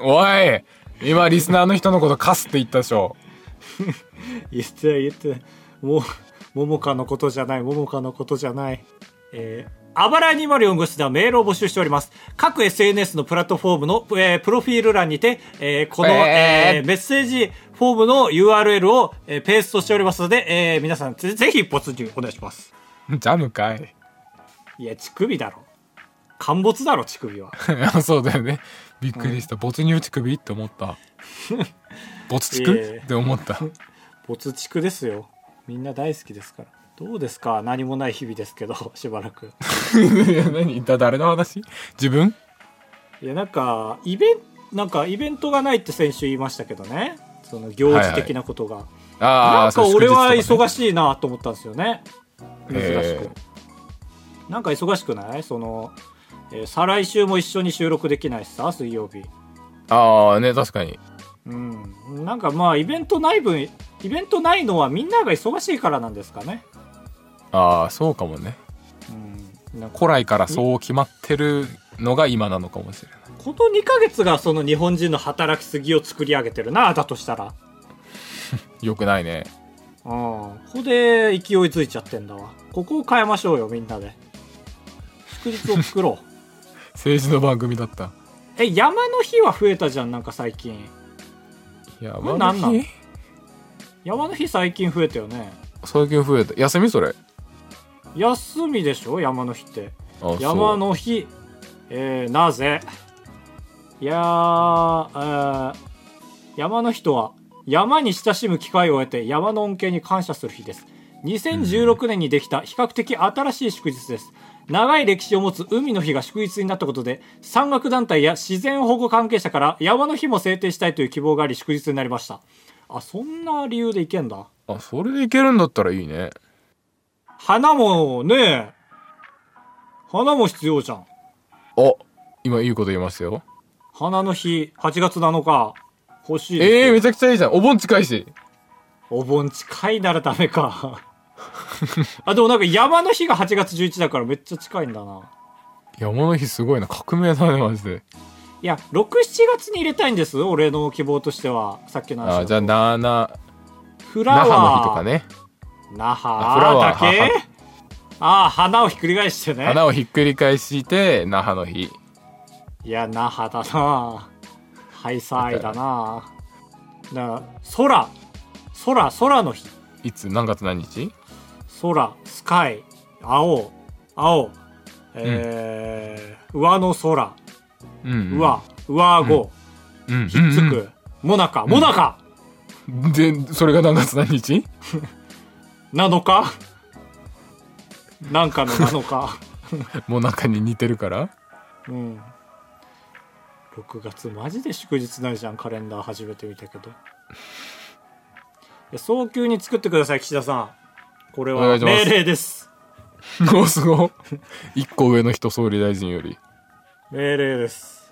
B: おい今リスナーの人のことカスって言ったでしょ
A: 言ってない言ってないもう、ももかのことじゃない、ももかのことじゃない。えーあばらい204号室ではメールを募集しております。各 SNS のプラットフォームの、えープロフィール欄にて、えーこの、
B: えー
A: えーメッセージフォームの URL を、えーペーストしておりますので、えー皆さんぜぜひ没入お願いします。
B: ジャムかい
A: いや、乳首だろ。陥没だろ、乳首は。
B: そうだよねびっくりした、没入乳首って思った 没乳
A: いえいえ
B: って思った
A: ボツ地区ですよみんな大好きですからどうですか何もない日々ですけどしばらく
B: いや何だ誰の話自分
A: いやなんかイベンなんかイベントがないって先週言いましたけどねその行事的なことが、
B: ああ
A: なんか俺は忙
B: し
A: しいなと思ったんですよね珍しく、
B: え
A: なんか忙しくないその、えー再来週も一緒に収録できないしさ水曜日
B: ああね確かに
A: うんなんかまあイベントない分イベントないのはみんなが忙しいからなんですかね
B: ああそうかもね
A: うんなんか
B: 古来からそう決まってるのが今なのかもしれない
A: この2ヶ月がその日本人の働きすぎを作り上げてるなだとしたら
B: よくないね
A: うんここで勢いづいちゃってんだわここを変えましょうよみんなで祝日を作ろう
B: 政治の番組だった
A: え山の日は増えたじゃんなんか最近
B: いや
A: れ
B: まあ
A: 何なの山の日最近増えたよね
B: 最近増えた休みそれ
A: 休みでしょ山の日って
B: あ
A: 山
B: そう
A: の日えー、なぜいやー、えー山の日とは山に親しむ機会を得て山の恩恵に感謝する日です2016年にできた比較的新しい祝日です長い歴史を持つ海の日が祝日になったことで山岳団体や自然保護関係者から山の日も制定したいという希望があり祝日になりましたあそんな理由でいけんだ
B: あそれでいけるんだったらいいね
A: 花もね花も必要じゃん
B: あ今いいこと言いますよ
A: 花の日、8月7日、欲しいです
B: ええ
A: よ
B: めちゃくちゃいいじゃんお盆近いし
A: お盆近いならダメか。あ、でもなんか山の日が8月11だからめっちゃ近いんだな。
B: 山の日すごいな革命だねマジで
A: いや67月に入れたいんです俺の希望としてはさっきの話だ
B: あ
A: と
B: ーじゃあ7
A: フラ
B: 那
A: ワー
B: 覇の日とかね
A: 那
B: あフラワ
A: 覇
B: ー
A: だけああ花をひっくり返してね
B: 花をひっくり返して那覇の日
A: いや那覇だなハイサイだなだから空空空の日
B: いつ何月何日
A: 空スカイ青青えー上の空
B: うんうん
A: 上上顎、
B: うん
A: ひっつく、もなかもなか
B: うんうんでそれが何月何日
A: なのか なんかのなのか
B: もう中に似てるから
A: うん6月マジで祝日ないじゃんカレンダー初めて見たけどいや早急に作ってください岸田さんこれ
B: お願
A: はい
B: します
A: 命令です
B: おすごい一個上の人総理大臣より
A: 命令です